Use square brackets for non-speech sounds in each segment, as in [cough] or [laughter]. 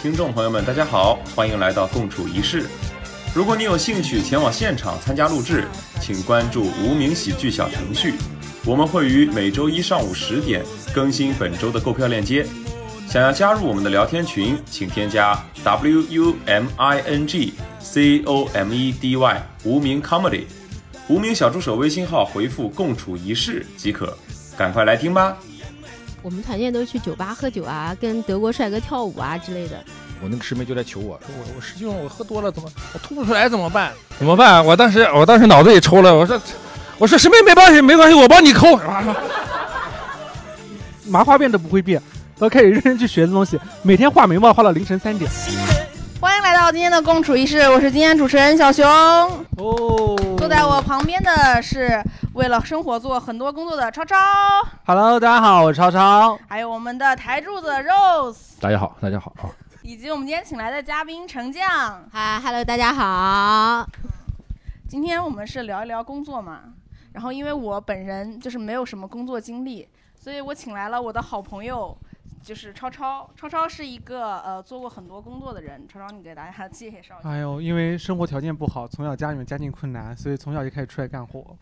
听众朋友们，大家好，欢迎来到共处一室。如果你有兴趣前往现场参加录制，请关注无名喜剧小程序，我们会于每周一上午十点更新本周的购票链接。想要加入我们的聊天群，请添加 w u m i n g c o m e d y 无名 comedy，无名小助手微信号回复“共处一室”即可。赶快来听吧！我们团建都去酒吧喝酒啊，跟德国帅哥跳舞啊之类的。我那个师妹就在求我，我我师兄，我喝多了怎么我吐不出来怎么办？怎么办？我当时我当时脑子也抽了，我说我说师妹没关系没关系，我帮你抠。啊麻花辫都不会变，都 [laughs] 开始认真去学的东西，每天画眉毛画到凌晨三点。欢迎来到今天的共处一室，我是今天主持人小熊。 [laughs] 哦，坐在我旁边的是为了生活做很多工作的超超， Hello，大家好，我是超超。还有我们的台柱子 Rose，大家好，大家好啊！以及我们今天请来的嘉宾程酱。嗨，Hello，大家好。今天我们是聊一聊工作嘛，然后因为我本人就是没有什么工作经历，所以我请来了我的好朋友，就是超超。超超是一个呃做过很多工作的人，超超你给大家介绍一下。哎呦，因为生活条件不好，从小家里面家境困难，所以从小就开始出来干活。 [laughs]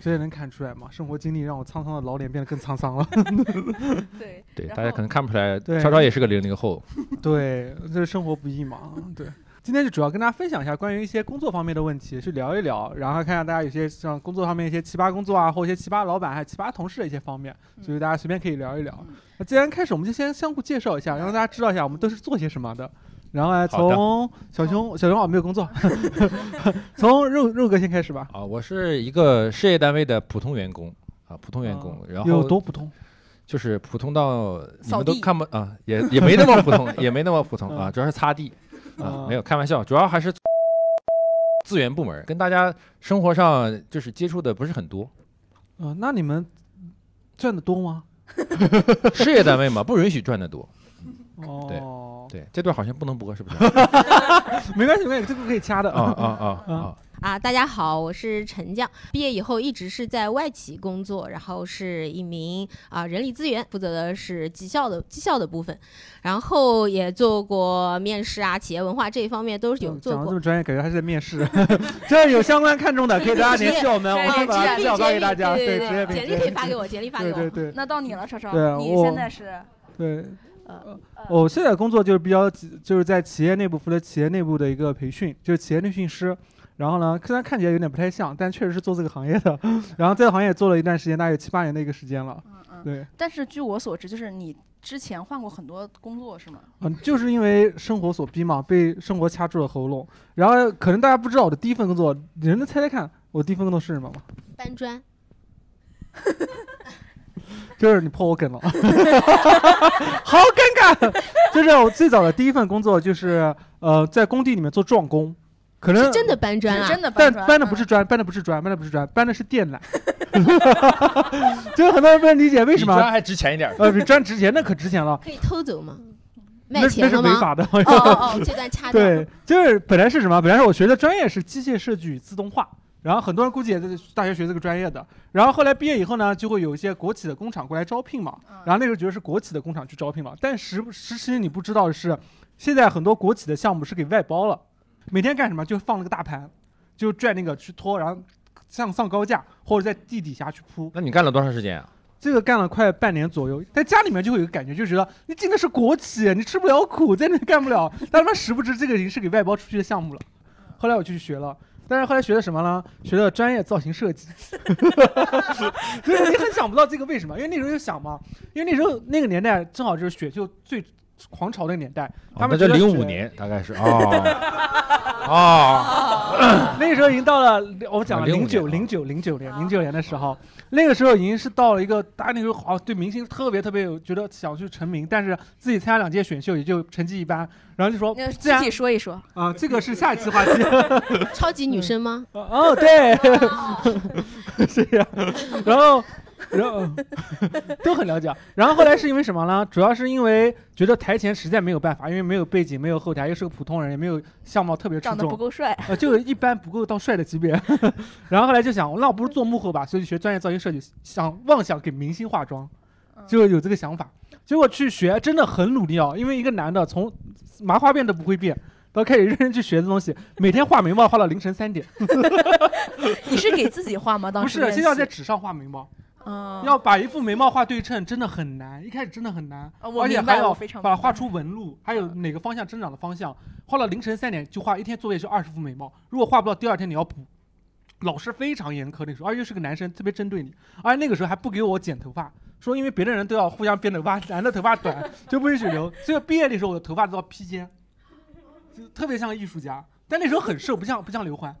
这也能看出来吗？生活经历让我沧桑的老脸变得更沧桑了。 [laughs] 哎对对，然大家后可能看不出来，对超超也是个零零后， [laughs] 对，这生活不易嘛。对，今天就主要跟大家分享一下关于一些工作方面的问题，去聊一聊，然后看看大家有些像工作方面一些奇葩工作啊，或一些奇葩老板还有奇葩同事的一些方面，所以大家随便可以聊一聊嗯。那既然开始，我们就先相互介绍一下，让大家知道一下我们都是做些什么的。然后呢，好的从小熊小熊啊没有工作， [laughs] 从肉肉哥先开始吧。啊，我是一个事业单位的普通员工啊，普通员工，然有后多普通？就是普通到你扫们都地看不啊，也也没那么普通，也没那么普通啊，嗯主要是擦地啊嗯，没有开玩笑，主要还是资源部门跟大家生活上就是接触的不是很多，嗯、那你们赚的多吗？ [laughs] 事业单位嘛，不允许赚的多。哦，对，这段好像不能播，是不是？ [laughs] 没关系，没关系，这个可以掐的啊啊哦啊嗯啊！啊，大家好，我是陈酱。毕业以后一直是在外企工作，然后是一名啊、人力资源，负责的是绩效的绩效的部分，然后也做过面试啊、企业文化这一方面都是有嗯做讲的过这。么专业，感觉还是在面试。 [laughs] 这有相关看重的，可以大家联系我们，职业我会把职业它病介绍发给大家。对对，对职业对，病简历可以发给我，简历发给对我。对对那到你了，超超对啊，你我现在是对。呃呃我现在工作就是比较集，就是在企业内部负责企业内部的一个培训，就是企业内训师。然后呢，虽然看起来有点不太像，但确实是做这个行业的。 [laughs] 然后在这个行业也做了一段时间，大概有七八年的一个时间了。嗯嗯。对，但是据我所知，就是你之前换过很多工作是吗？嗯，就是因为生活所逼嘛，被生活掐住了喉咙。然后可能大家不知道我的第一份工作，你能猜猜看我第一份工作是什么吗？搬砖，就是你破 [laughs] 我梗了， [laughs] 好尴尬。就是我最早的第一份工作，就是呃，在工地里面做壮工，可能是真的，搬砖啊真。的搬但砖搬的不是砖，搬的不是砖，搬的不是砖，搬的是电缆。 [laughs] 就是很多人不能理解为什比么砖还值钱一点儿？呃比砖值钱，那可值钱了，可以偷走吗？那卖那钱是了违吗？[laughs] 法的。哦哦哦，这段掐掉。对，就是本来是什么？本来是我学的专业是机械设计与自动化，然后很多人估计也在大学学这个专业的。然后后来毕业以后呢，就会有一些国企的工厂过来招聘嘛。嗯然后那时候觉得是国企的工厂去招聘嘛，但实实其实你不知道的是，现在很多国企的项目是给外包了，每天干什么？就放了个大盘，就拽那个去拖，然后上上高架或者在地底下去铺。那你干了多长时间啊？这个干了快半年左右，在家里面就会有个感觉，就觉得你进的是国企，你吃不了苦，在那里 [laughs] 干不了。但他妈时不知这个已经是给外包出去的项目了。后来我就去学了，但是后来学的什么呢？学的专业造型设计。 [laughs] 就是你很想不到这个为什么，因为那时候就想嘛，因为那时候那个年代正好就是雪就最狂潮的年代，他哦那们就觉得零雪五年大概是啊啊， [coughs] 那个时候已经到了，我讲了啊零05九年零九零九年零九年的时候，那个时候已经是到了一个大家那时候好像对明星特别特别有觉得想去成名，但是自己参加两届选秀也就成绩一般，然后就说那自具然体说一说，啊，这个是下一期话题。 [laughs] 超级女生吗？哦，对， [laughs] 是这样。然后，然后都很了解。然后后来是因为什么呢？主要是因为觉得台前实在没有办法，因为没有背景，没有后台，又是个普通人，也没有相貌特别出长得众不，够帅， [laughs] 呃，就一般不够到帅的级别。 [laughs] 然后后来就想，那我不如做幕后吧，所以学专业造型设计，想妄想给明星化嗯哦妆，就有这个想法。结果去学真的很努力啊，因为一个男的从麻花辫都不会变，然后开始认真去学的东西，每天画眉毛画到凌晨三点，你是给自己画吗？当不时哦是，练先要习在纸上画眉毛，嗯，要把一副眉毛画对称，真的很难，一开始真的很难，呃我而且明还白，要我非常把它明画白啊出纹路，还有哪个方向增长的方向，画到凌晨三点就画，一天作业是二十副眉毛，如果画不到，第二天你要补。老师非常严苛那个时候，而且又是个男生，特别针对你，而且那个时候还不给我剪头发，说因为别的人都要互相编头发，男的头发短就不允许留，所以毕业的时候我的头发都要披肩，就特别像艺术家。但那时候很瘦，不像不像刘欢，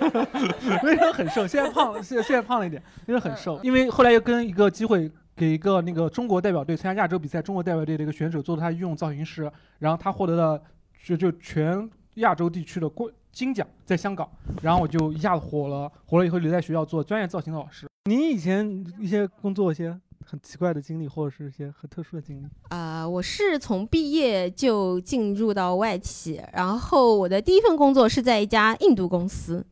那时候很瘦，现在胖， [laughs] 现在现在胖了一点，那时候很嗯瘦。因为后来又跟一个机会给一个那个中国代表队参加亚洲比赛，中国代表队的一个选手做他御用造型师，然后他获得了就就全亚洲地区的冠金奖，在香港，然后我就一下子火了，火了以后留在学校做专业造型的老师。您以前一些工作一些很奇怪的经历，或者是一些很特殊的经历，啊、我是从毕业就进入到外企，然后我的第一份工作是在一家印度公司，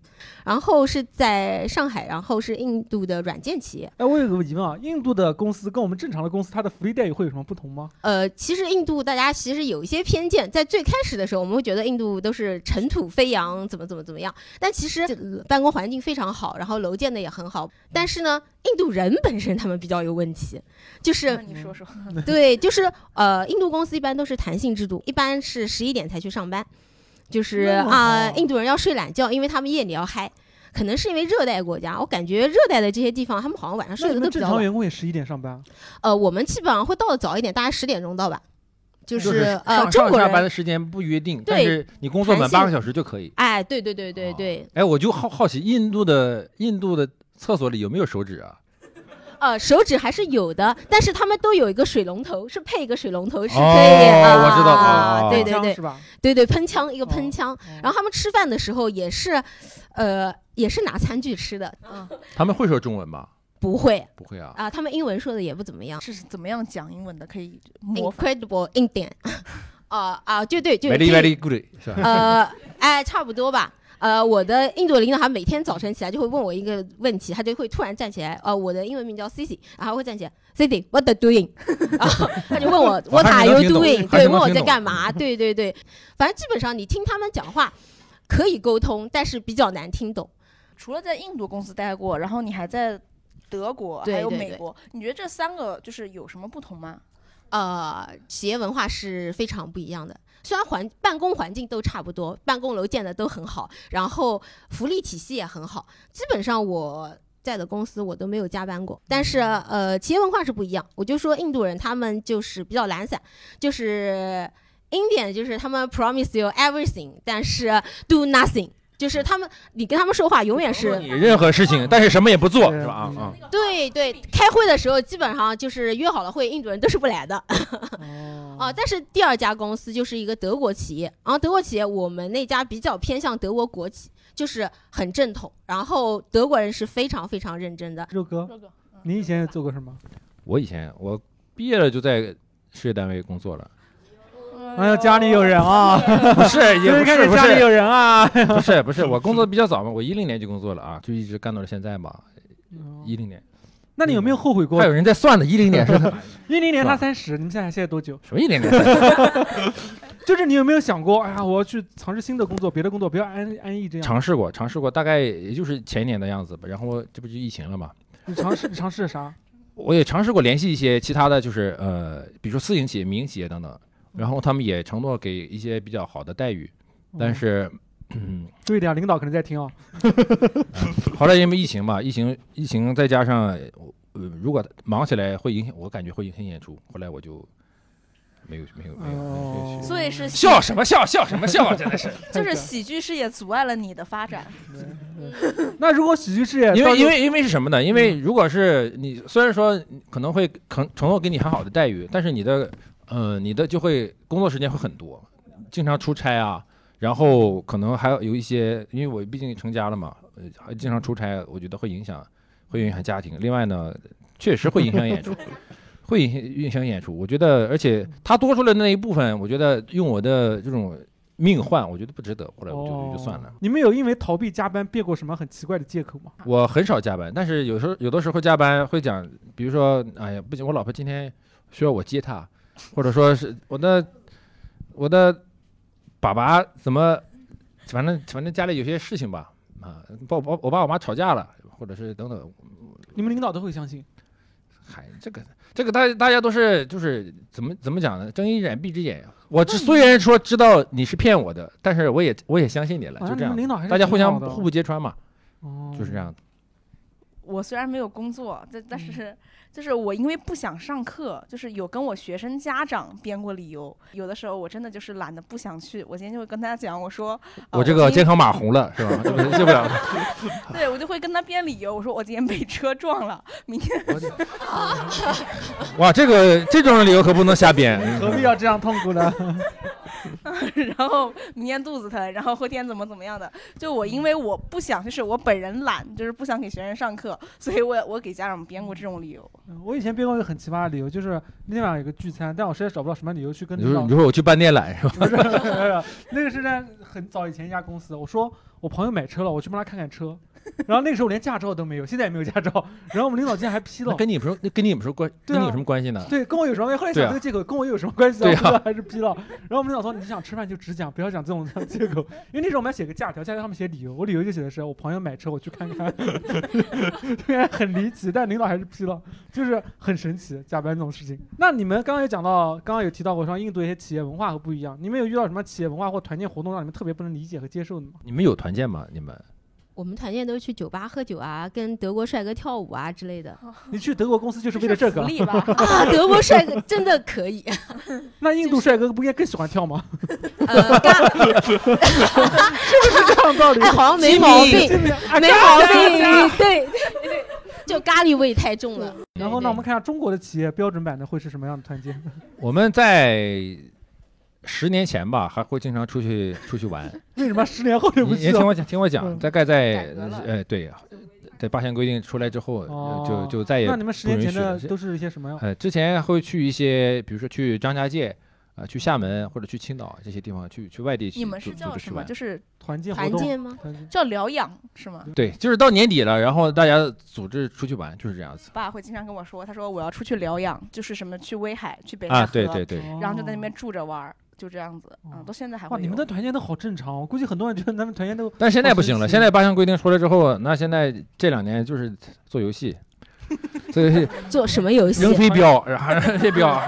然后是在上海，然后是印度的软件企业。哎，我有个疑问啊，印度的公司跟我们正常的公司，它的福利待遇会有什么不同吗？呃，其实印度大家其实有一些偏见，在最开始的时候，我们会觉得印度都是尘土飞扬，怎么怎么怎么样。但其实呃办公环境非常好，然后楼建的也很好。但是呢，印度人本身他们比较有问题，就是那你说说，对，就是呃，印度公司一般都是弹性制度，一般是十一点才去上班，就是那么啊、好印度人要睡懒觉，因为他们夜里要嗨。可能是因为热带国家，我感觉热带的这些地方，他们好像晚上那睡你得都们比正较常晚。员工也十一点上班啊？呃，我们基本上会到的早一点，大概十点钟到吧。 [laughs] 就就是呃，上中上国下班人，的时间不约定，对但是你工作满弹性八个小时就可以。哎，对对对对哦对，哎，我就好好奇印度的印度的厕所里有没有手纸啊？呃，手指还是有的，但是他们都有一个水龙头，是配一个水龙头是可以哦啊，我知道哦对哦对对是，吧？对对，喷枪一个喷哦枪，哦然后他们吃饭的时候也是，呃，也是拿餐具吃的，啊嗯他们会说中文吗？不会不会啊。啊、他们英文说的也不怎么样。是怎么样讲英文的？可以模仿 Incredible Indian，啊啊，就对，就 Very 可以 very good 是吧？呃，哎，差不多吧。呃，我的印度领导他每天早晨起来就会问我一个问题，他就会突然站起来。呃，我的英文名叫 Cici，然后会站起来，Cici，What are doing？然后他就问 [laughs] 我 What 还 are 是 you 能听懂 doing？还对，是能问我在听懂干嘛？对对对，反正基本上你听他们讲话可以沟通，但是比较难听懂。除了在印度公司待过，然后你还在德国，对还有对美对国，你觉得这三个就是有什么不同吗？呃，企业文化是非常不一样的。虽然环办公环境都差不多，办公楼建的都很好，然后福利体系也很好，基本上我在的公司我都没有加班过。但是呃，企业文化是不一样。我就说印度人他们就是比较懒散，就是 Indian 就是他们 promise you everything，但是 do nothing，就是他们你跟他们说话永远是你任何事情，但是什么也不做，对是吧？啊嗯啊，对对，开会的时候基本上就是约好了会，印度人都是不来的。 [laughs] 哦哦，但是第二家公司就是一个德国企业，然后德国企业我们那家比较偏向德国国企，就是很正统，然后德国人是非常非常认真的。肉哥，这个你以前也做过什么？我以前我毕业了就在事业单位工作了，哎呀，家里有人啊，不 [laughs] 是，也就是不看是，见不家里是，有人啊。 [laughs] 不是，不是，我工作比较早嘛，我一零年就工作了啊，就一直干到了现在嘛，一零年。 [laughs] 那你有没有后悔过还？有人在算 [laughs] 的，一零年是什一零年他是三十，你们现在现在多久？么一零年？ [laughs] 就是你有没有想过，哎呀，我要去尝试新的工作，别的工作不要安安逸这样。尝试过，尝试过，大概也就是前年的样子吧。然后这不就疫情了嘛，你尝试你尝试啥？我也尝试过联系一些其他的就是呃，比如说私营企业、民营企业等等，然后他们也承诺给一些比较好的待遇，但是。嗯，注意点，领导可能在 [laughs] 听啊。后来因为疫情嘛，疫情疫情再加上，呃，如果忙起来会影响，我感觉会影响演出。后来我就没有没有没有没有去。所以是喜笑什么笑？笑什么笑？哦啊 [laughs] 真的是， [laughs] [laughs] 就是喜剧事业阻碍了你的发展。那如果喜剧事业，因到为时因候嗯为因为是什么呢？因为如果是你虽然说可能会承承诺给你很好的待遇，但是你的呃你的就会工作时间会很多，经常出差啊，然后可能还有一些，因为我毕竟成家了嘛，呃还经常出差，我觉得会影响会影响家庭。另外呢，确实会影响演 [laughs] 出。会影响影响演出，我觉得，而且他多出来的那一部分，我觉得用我的这种命换，我觉得不值得。后来我就、就算了哦。。你们有因为逃避加班变过什么很奇怪的借口吗？我很少加班，但是有时候有的时候加班会讲，比如说，哎呀，不行，我老婆今天需要我接她，或者说是我的我的爸爸怎么，反正反正家里有些事情吧，啊，爸我我爸我妈吵架了，或者是等等，你们领导都会相信。嗨，这个这个大大家都是就是怎么怎么讲呢？睁一只眼闭一只眼呀。我之虽然说知道你是骗我的，但是我也我也相信你了，好就像你这样们，领导还是大家互相挺好的互不揭穿嘛，哦就是这。样的。我虽然没有工作，但但嗯是就是我因为不想上课，就是有跟我学生家长编过理由。有的时候我真的就是懒得不想去，我今天就会跟他讲，我说、呃我这哦个今健康码红了是吧？这不这不了。对我就会跟他编理由，我说我今天被车撞了，明天哇，这个这种理由可不能瞎编。嗯何必要啊这样痛苦呢？ [laughs] 然后明天肚子疼，然后后天怎么怎么样的。就我因为我不想，就是我本人懒，就是不想给学生上课，所以我我给家长编过这种理由。我以前编过一个很奇葩的理由，就是那天晚上有个聚餐，但我实在找不到什么理由去跟你领说导你说我去半夜懒是吧？ [laughs] 不是，不是那个是在很早以前一家公司，我说我朋友买车了，我去帮他看看车。然后那个时候我连驾照都没有，现在也没有驾照。然后我们领导竟然还批那了，跟你有什么跟你有什么关对啊跟你有什么关系呢？对，跟我有什么？后来对想啊这个借口跟我有什么关系啊？对我啊后来还是批了。然后我们领导说你想吃饭就只讲，不要讲这种借口。因为那时候我们要写个假条，假条上面写理由，我理由就写的是我朋友买车，我去看 [laughs] 看。虽然很离奇，但领导还是批了，就是很神奇假扮这种事情。那你们刚刚有讲到，刚刚有提到过说印度一些企业文化和不一样，你们有遇到什么企业文化或团建活动让你们特别不能理解和接受的吗？你们有团建吗？你们我们团建都是去酒吧喝酒啊，跟德国帅哥跳舞啊之类的你去德国公司就是为了这这是哦福个？利 [laughs] 吧？啊。德国帅哥真的可以，那印度帅哥不应该更喜欢跳吗？呃，干 [laughs] 是这样的道理。哎好像没毛病，这边没毛病，对对 [laughs] 对，就咖喱味太重了。然后呢，我们看一下中国的企业标准版的会是什么样的团建？ [laughs] 我们在十年前吧，还会经常出去出去 [laughs] 玩。为什么十年后就你不你去听了？我讲，听我讲，嗯大概在改革了呃对，在八项规定出来之后，哦呃就就再也那你们十年前的不允许都是一些什么呀？呃之前会去一些，比如说去张家界。啊，去厦门或者去青岛这些地方，去去外地去你们是组组叫织什去么？玩就是团建活团动？建吗？团建叫疗养是吗？对，就是到年底了，然后大家组织出去玩，就是这样子我爸会经常跟我说，他说我要出去疗养，就是什么去威海、去北戴河，啊。对对对，然后就在那边。住着玩儿，就这样子。哦嗯，到现在还哇，会有。你们的团建都好正常哦，我估计很多人觉得咱们团建都但是现在不行好了，神奇现在八项规定出来之后，那现在这两年就是做 [laughs] 游戏，做游戏做什么游戏扔？飞镖，然后扔飞镖，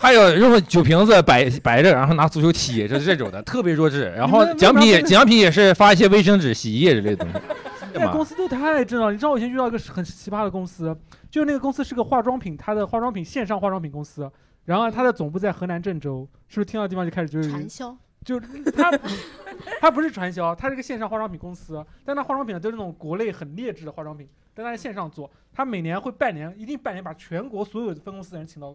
还有用酒瓶子摆摆着，然后拿足球踢，就是这 [laughs] 种的，特别弱智。然后你们奖品为也啥不奖品也是发一些卫生纸、洗衣液之类的东西。现干在公嘛？司都太正常。你知道我以前遇到一个很奇葩的公司，就是那个公司是个化妆品，它的化妆品线上化妆品公司，然后它的总部在河南郑州，是不是听到地方就开始就有传销它不 [laughs] 它不是传销，它是个线上化妆品公司，但它化妆品呢都是那种国内很劣质的化妆品，但它是线上做，它每年会半年，一定半年把全国所有的分公司的人请到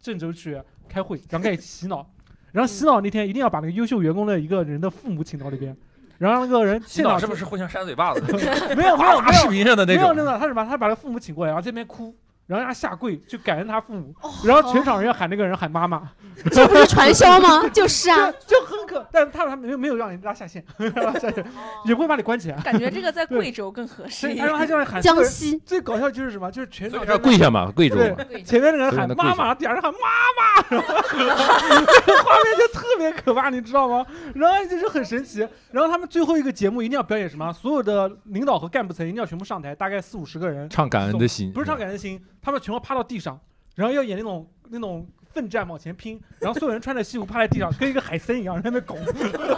郑州去开会，然后开始 [laughs] 洗脑，然后洗脑那天一定要把那个优秀员工的一个人的父母请到那边，然后让那个人现场说互相扇嘴巴子？ [laughs] 没有没 [laughs] 有没视有频上的没那有那。种个，他是把他把他父母请过来，然后这边哭。然后让他下跪去感恩他父母，然后全场人要喊那个人喊妈妈， [laughs] 这不是传销 [laughs] 吗？就是啊，就就很可，但是他他没有没有让你拉下线， [laughs] 拉下线哦也不会把你关起来。感觉这个在 [laughs] 对贵州更合所适以一他点说。他就是 [laughs] 喊所有江人西最搞笑就是什么？就是全场要跪下嘛，跪住嘛。对，前面那个人所以喊让他妈跪妈，底下人喊妈妈，然后 [laughs] 画面就特别可怕，你知道吗？然后就是很神奇。然后他们最后一个节目一定要表演什么？所有的领导和干部层一定要全部上台，大概四五十个人，唱感恩的心，不是唱感恩心，他们全部趴到地上，然后要演那种那种奋战往前拼，然后所有人穿着西服趴在地上，跟一个海参一样在那边拱， [laughs]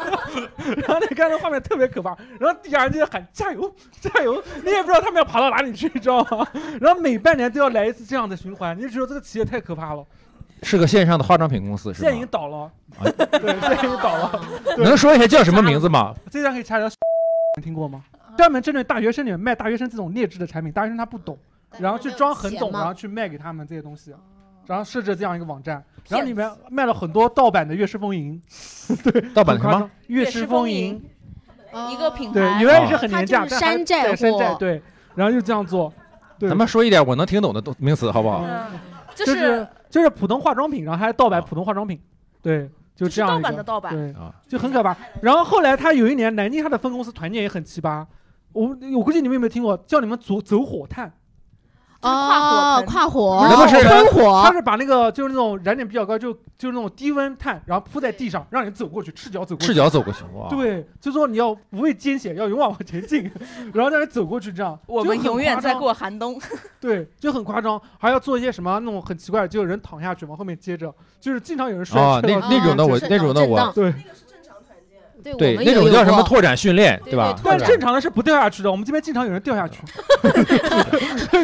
然后那看的画面特别可怕，然后底下人就在喊加油加油，你也不知道他们要爬到哪里去，你知道吗？然后每半年都要来一次这样的循环，你就觉得这个企业太可怕了，是个线上的化妆品公司，是现在已经吗？倒了，哎 [laughs] 对，现在已经倒了，对能说一下叫什么名字吗？这家可以掐掉，你听过吗？专门针对大学生里面卖大学生这种劣质的产品，大学生他不懂。然后去装很懂，然后去卖给他们这些东西，啊然后设置这样一个网站，然后里面卖了很多盗版的《月是风 [laughs] 吟》，盗版什很夸么张？？《月月是是风风吟吟》哦一个品对牌，哦原来是很它廉就价，是但山它寨对山货 [laughs] 寨对，然后就这样做，对咱们说一点我能听懂的东名词，好不好？嗯，就就是是就是普通化妆品，然后还盗版啊普通化妆品，对，就就是这样盗一版的个，盗版，对，啊，就很可怕。然后后来他有一年南京他的分公司团建也很奇葩，我我估计你们有没有听过，叫你们走走火炭。就是跨火哦盆跨火不是不是哦喷他火，是把那个就是那种燃点比较高，就就是那种低温炭，然后铺在地上，让你走过去，赤脚走过去。赤脚走过去哇！，对，就说你要不畏艰险，要勇往往前进， [laughs] 然后让人走过去，这样我就们很永远夸在张过寒 [laughs] 冬。对，就很夸张，还要做一些什么那种很奇怪的，就有人躺下去往后面接着，就是经常有人摔哦车到那种的我那种的我对，对对我们那也种有叫什么过拓展训练，对吧对？拓但是展正常的是不掉下去的，我们这边经常有人掉下去，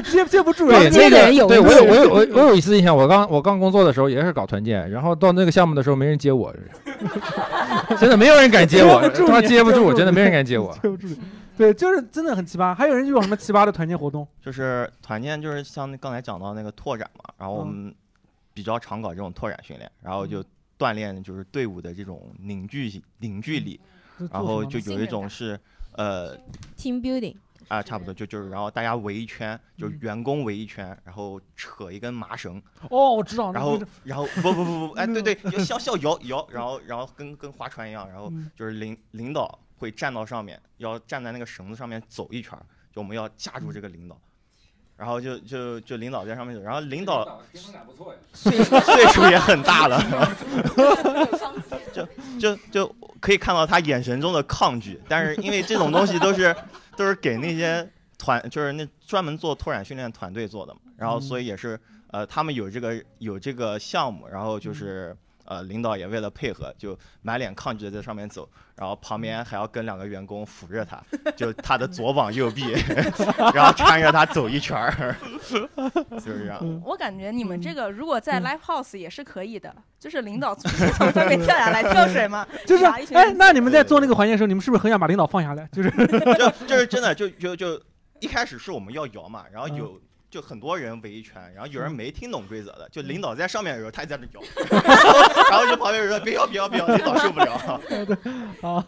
接接不住，然后对就这那个人有个，对一我次有我有我有我有一次印象，我刚我刚工作的时候也是搞团建，然后到那个项目的时候没人 [laughs] 接我，真的没有人敢接我接不，住他你接不接不住我，住真的没人敢 [laughs] 接我。接不住。对，就是真的很奇葩。还有人有什么奇葩的团建活动？就是团建，就是像刚才讲到那个拓展嘛，然后嗯我们比较常搞这种拓展训练，然后就锻炼就是队伍的这种凝聚凝聚力，就嗯做然什后么呢啊就有一种是呃 [laughs] team building，啊，差不多就就是，然后大家围一圈，嗯就是员工围一圈，然后扯一根麻绳，哦，我知道，然那后个然后不不不不，哎对对，就像像摇摇，然后然后跟跟划船一样，然后嗯就是领领导会站到上面，要站在那个绳子上面走一圈儿，就我们要架住这个领导，然后就就就领导在上面走，然后领导岁数岁数也很大了，就就就可以看到他眼神中的抗拒，但是因为这种东西都是都是给那些团就是那专门做拓展训练团队做的嘛，然后所以也是呃他们有这个有这个项目，然后就是。呃，领导也为了配合，就满脸抗拒的在上面走，然后旁边还要跟两个员工扶着他，就他的左膀右臂， [laughs] 然后搀着他走一圈儿，就是这样。嗯我感觉你们这个如果在 live house 也是可以的，就是领导从 [laughs] 从上面跳下 [laughs] 来跳水嘛，就是把一群哎人，那你们在做那个环节的时候，你们是不是很想把领导放下来？就是 [laughs] 就就是真的，就就就一开始是我们要摇嘛，然后嗯有。就很多人围一圈，然后有人没听懂规则的，就嗯领导在上面的时候，他也在那摇， [laughs] 然后就旁边有人说别摇别摇别摇，领导受不 [laughs] 了。 [laughs] 啊，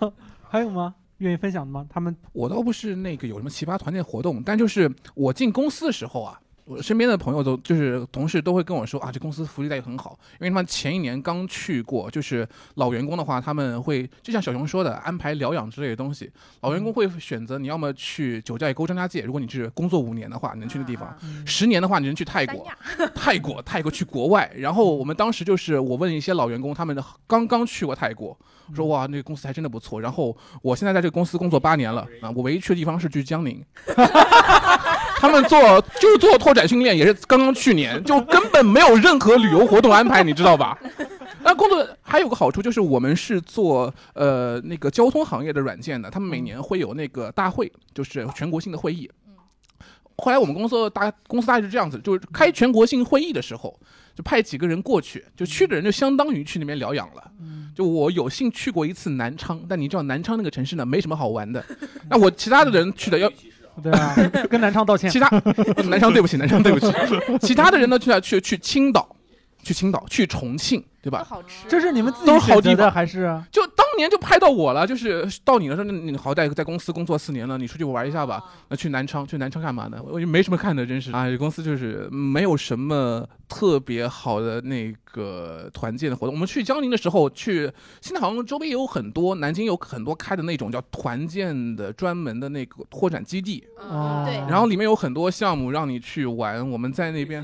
还有吗？愿意分享的吗？他们我倒不是那个有什么奇葩团建活动，但就是我进公司的时候啊，我身边的朋友都就是同事都会跟我说啊，这公司福利待遇很好，因为他们前一年刚去过，就是老员工的话，他们会就像小熊说的，安排疗养之类的东西，老嗯员工会选择你要么去九寨沟张家界，如果你是工作五年的话，你能去的地方。啊十年的话，你能去泰三国亚，泰国，泰国去国外。然后我们当时就是我问一些老员工，他们刚刚去过泰国，嗯说哇，那个公司还真的不错。然后我现在在这个公司工作八年了啊，我唯一去的地方是去江宁。 [laughs] 他们做就是做拓展训练，也是刚刚去年，就根本没有任何旅游活动安排，你知道吧？那工作还有个好处就是，我们是做呃那个交通行业的软件的，他们每年会有那个大会，就是全国性的会议。后来我们公司大公司大概是这样子，就是开全国性会议的时候，就派几个人过去，就去的人就相当于去那边疗养了。嗯就我有幸去过一次南昌，但你知道南昌那个城市呢，没什么好玩 [laughs] 的。那我其他的人去的要对 [laughs] 啊，跟南昌道歉。其他南昌对不起，南昌对不起，其他的人呢去哪去去青岛，去青岛，去重庆，对都吧？好吃，这是你们自己都是好选择地的方还 [laughs] 是？啊就当年就拍到我了，就是到你了，说那你好歹在公司工作四年了，你出去玩一下吧。那去南昌，去南昌干嘛呢？我就没什么看的，真是啊，公司就是没有什么特别好的那个团建的活动。我们去江宁的时候，去现在好像周边也有很多，南京有很多开的那种叫团建的专门的那个拓展基地，嗯哦对，然后里面有很多项目让你去玩。我们在那边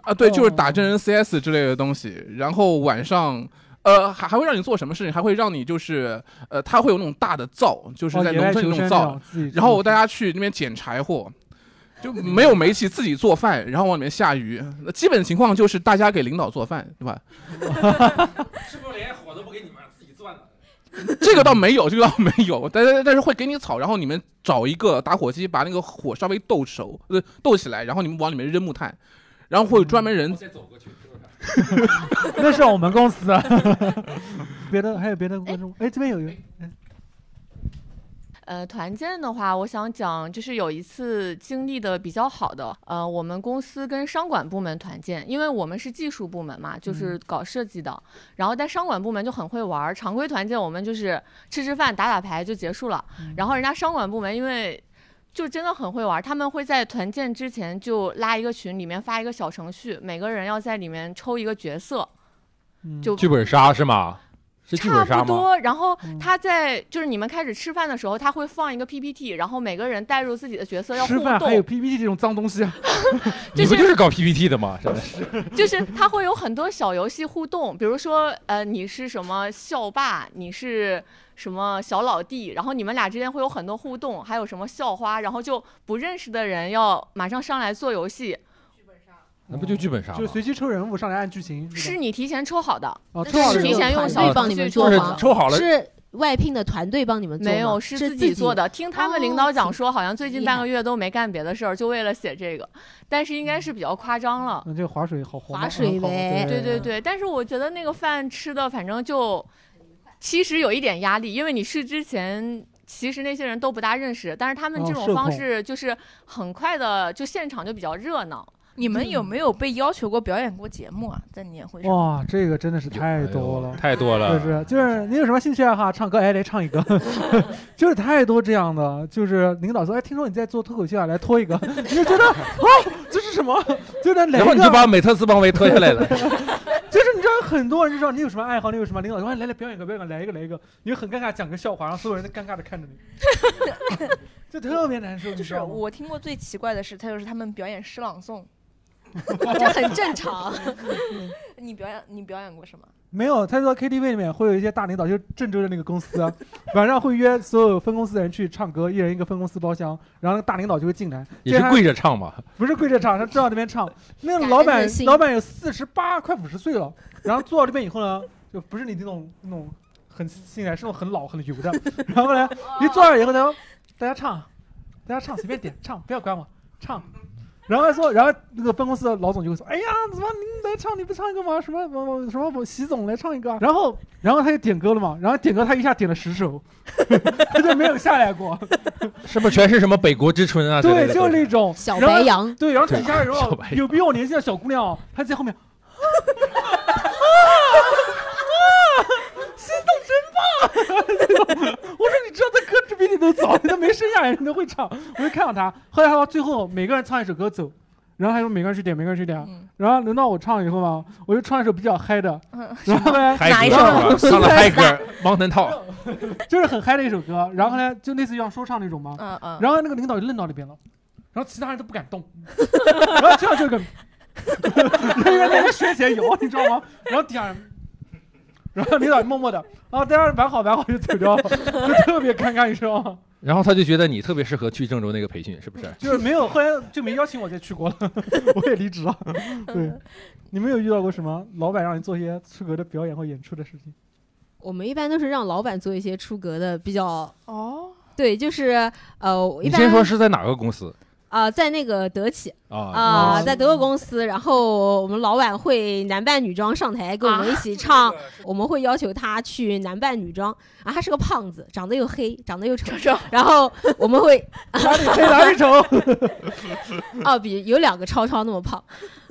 啊，对，哦就是打真人 CS 之类的东西。然后晚上，呃，还还会让你做什么事情？还会让你就是，呃，它会有那种大的灶，就是哦在野农外村求那种生灶，的，自己然后种大家去那边捡柴 [laughs] 火。就没有煤气，自己做饭，然后往里面下鱼。那基本情况就是大家给领导做饭，对 [laughs] 吧？是不是连火都不给你们，自己钻的？ [laughs] 这个倒没有，这个倒没有， [laughs] 但但但是会给你草，然后你们找一个打火机把那个火稍微斗熟，呃，斗起来，然后你们往里面扔木炭，然后会有专门人哦再 [laughs] 走过去，是不是？那是我们公司。啊别的还有别的观众，哎，这边有一个，呃，团建的话，我想讲就是有一次经历的比较好的，呃，我们公司跟商管部门团建，因为我们是技术部门嘛，就是搞设计的，然后但商管部门就很会玩儿，常规团建我们就是吃吃饭、打打牌就结束了，然后人家商管部门因为。就真的很会玩儿，他们会在团建之前就拉一个群，里面发一个小程序，每个人要在里面抽一个角色，嗯就剧本杀是吗？是剧差本杀不吗？多。然后他在就是你们开始吃饭的时候，他会放一个 PPT，然后每个人带入自己的角色要吃互饭还有动， PPT 这种脏东西啊，你不就是搞 PPT 的吗？真的是 [laughs] 就是他会有很多小游戏互动，比如说呃你是什么校霸，你是什么小老弟，然后你们俩之间会有很多互动，还有什么校花，然后就不认识的人要马上上来做游戏，那不就剧本杀 [laughs] 吗？就随机抽人物上来按剧情。是你提前抽好的，哦，那抽好是是了提有团前人队用小帮程你们序做就是吗抽好了，是外聘的团队帮你们做吗，没有，是自己做的。的。听他们领导讲说，好像最近厉半害个月都没干别的事儿，就为了写这个，但是应该是比较夸张了。嗯，这个划水好黄啊，划水好呗对对，对，但是我觉得那个饭吃的，反正就其实有一点压力，因为你去之前。其实那些人都不大认识，但是他们哦这社种方恐式就是很快的，就现场就比较热闹。你们有没有被要求过表演过节目啊？在年会上，哇，这个真的是太多了。哎太就多了。是就是，你有什么兴趣爱好？唱歌，哎，来唱一个， [laughs] 就是太多这样的，就是领导说，哎，听说你在做脱口秀啊，来脱一个，你就觉得啊，这是什么？就在哪然后个？你就把美特斯邦威脱下 [laughs] 来了，就是你知道很多人就知道你有什么爱好，你有什么领导说，哎，来来表演个表演个，来一个来一个，你就很尴尬讲个笑话，然后所有人都尴尬的看着你，就特别难受，你就知是道吗？我听过最奇怪的是，他就是他们表演诗朗 [laughs] 诵。这很正常。 [laughs] 你表演你表演过什么？没有，他说 KTV 里面会有一些大领导，就是郑州的那个公司、啊，晚上会约所有分公司的人去唱歌，一人一个分公司包厢，然后那个大领导就会进来，也这是样跪着唱嘛。不是跪着唱，他正到那 [laughs] 边唱。那个老感板恩的，心老板有四十八，快五十岁了。然后坐到这边以后呢，就不是你那种那种很新来，是那种很老很油的。然后呢，一坐那以后，他说：“大家唱，大家唱，随便点唱，不要管我，唱。”然后说，然后那个分公司的老总就会说：“哎呀，怎么您来唱，你不唱一个吗？什么什么什么，习总来唱一个啊。”然后，然后他就点歌了嘛，然后点歌他一下点了十首， [laughs] 他就没有下来过。是不是全是什么北国之春啊之对，类的？就是那种小然后白羊，对，然后底下有小白有比我年轻的小姑娘，她在后面，啊啊，心动真棒！我 [laughs] 说你知道他歌只比你都早，他没生下来人都会唱，我就看到他。后来他到最后每个人唱一首歌走，然后还说每个人去点，每个人去点。嗯然后轮到我唱以后嘛，我就唱一首比较嗨的，嗯 [laughs] 然后呢嗨歌哪一嘛，首 [laughs] 唱了嗨歌，Mountain Top，就是很嗨的一首歌，然后呢就类似于像说唱那种嘛。嗯嗯，然后那个领导就愣到那边了，然后其他人都不敢动，然后这样就跟，然后在那学起来摇，你知道吗？然后底下人，然后领导默默的，啊，大家玩好玩好就走掉了， [laughs] 就特别尴尬，你知道吗？然后他就觉得你特别适合去郑州那个培训，是不是？就是没有，后来就没邀请我再去过了， [laughs] 我也离职了。嗯对，你们有遇到过什么老板让你做一些出格的表演或演出的事情？我们一般都是让老板做一些出格的，比较哦，对，就是呃，我一你般先说是在哪个公司啊、在那个德企啊？啊、哦在德国公司，然后我们老板会男扮女装上台跟我们一起唱，我们会要求他去男扮女装啊，他是个胖子，长得又黑，长得又丑，然后我们会哪里黑哪 [laughs] 里丑？哦，比有两个超超那么胖，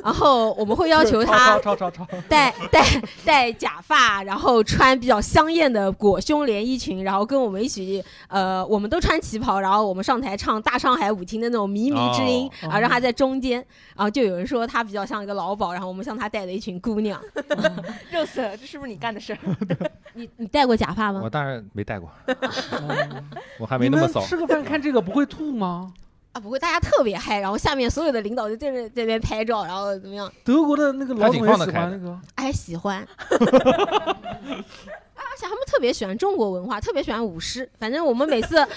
然后我们会要求他超超超超，戴戴戴假发，然后穿比较香艳的裹胸连衣裙，然后跟我们一起，呃，我们都穿旗袍，然后我们上台唱大上海舞厅的那种靡靡之音、哦啊，让他在中间，然后就有人说他比较像一个老鸨，然后我们像他带的一群姑 [laughs] 娘。肉丝，这是不是你干的 [laughs] 事儿？你你戴过假发吗我？当然没带过，嗯 [laughs] 我还没你那么们骚。吃个饭看这个不会吐吗？啊，不会，大家特别嗨，然后下面所有的领导就在这在那边拍照，然后怎么样？德国的那个老总也还挺放喜得开欢的那个，哎，喜欢。而且他们特别喜欢中国文化，特别喜欢舞狮。反正我们每次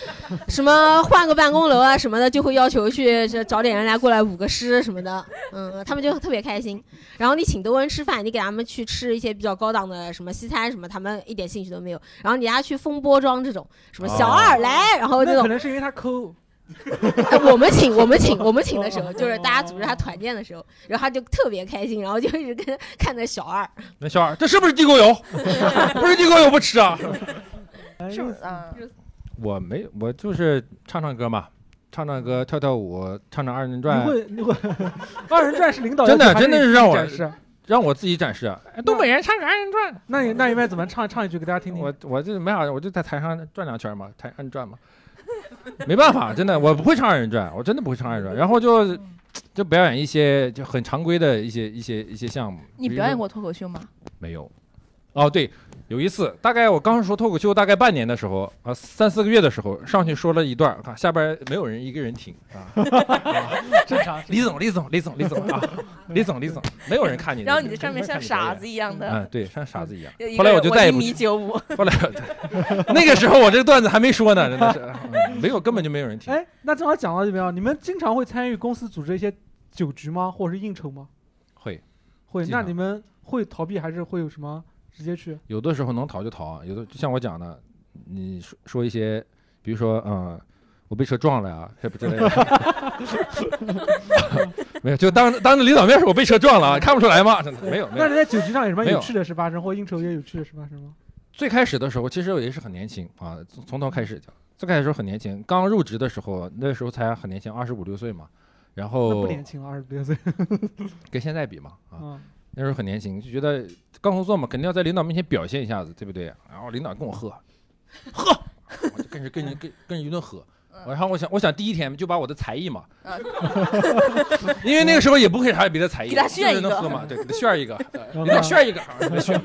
什么换个办公楼啊什么的，就会要求去这找点人来过来舞个狮什么的。嗯，他们就特别开心。然后你请德国人吃饭，你给他们去吃一些比较高档的什么西餐什么，他们一点兴趣都没有。然后你还去风波庄这种什么小哦二来，然后这那可种、能是因为他抠，哎 [laughs] 我们请我们请我们请的时候，就是大家组织他团建的时候，然后他就特别开心，然后就一直跟看着小二。那小二，这是不是地沟油？ [laughs] 不是地沟油不吃啊？ [laughs] 是不是？嗯，我没，我就是唱唱歌嘛，唱唱歌，跳跳舞，唱唱二人你转，会你会， [laughs] 二人转是领导真的要求还真的你是自己让我展示。让我自己展示。哎东北人唱个二人转，那你那你们怎么唱唱一句给大家听听？我我就没啥，我就在台上转两圈嘛，台上转嘛， [laughs] 没办法，真的我不会唱二人转，我真的不会唱二人转，然后就就表演一些就很常规的一些一些一些项目。你比如表演说过脱口秀吗？没有？哦，对，有一次，大概我刚说脱口秀大概半年的时候啊，三四个月的时候，上去说了一段儿，啊、下边没有人一个人听 [laughs] 啊，正常。 [laughs] 李总，李总，李总，李总啊，李总，李总，没有人看你的，然后你在上没面人像看你表演傻子一样的，嗯，对，像傻子一样一。个后来我人就再也一不米去。九五，后来那个时候我 [laughs] 这段子还没说呢，真的是嗯没有，根本就没有人听。哎，那正好讲到这边啊，你们经常会参与公司组织一些酒局吗，或者是应酬吗？会会。经那常你们会逃避，还是会有什 [laughs] 么直接去？有的时候能逃就逃，啊有的就像我讲的，你说说一些，比如说嗯。我被车撞了呀，这不之类的， [laughs] 没有，就当当着领导面说我被车撞了啊，看不出来吗？真的没有，没有那。你在酒局上有什么没有有趣的事发生，或应酬也有趣的事发生吗？最开始的时候，其实我也是很年轻啊，从从头开始讲。最开始的时候很年轻，刚入职的时候，那时候才很年轻，二十五六岁嘛。然那后不年轻了，二十多岁 [laughs] 跟现在比嘛，啊，啊。那时候很年轻，就觉得刚工作嘛，肯定要在领导面前表现一下子，对不对？然后领导跟我喝，喝，我就跟着跟人跟跟人一顿喝。嗯然后我想，我想第一天就把我的才艺嘛， [laughs] 因为那个时候也不会啥别的才艺，给他炫就是一个能喝 [laughs] 嘛，对，给他炫一个，然领导后呢，炫一个，炫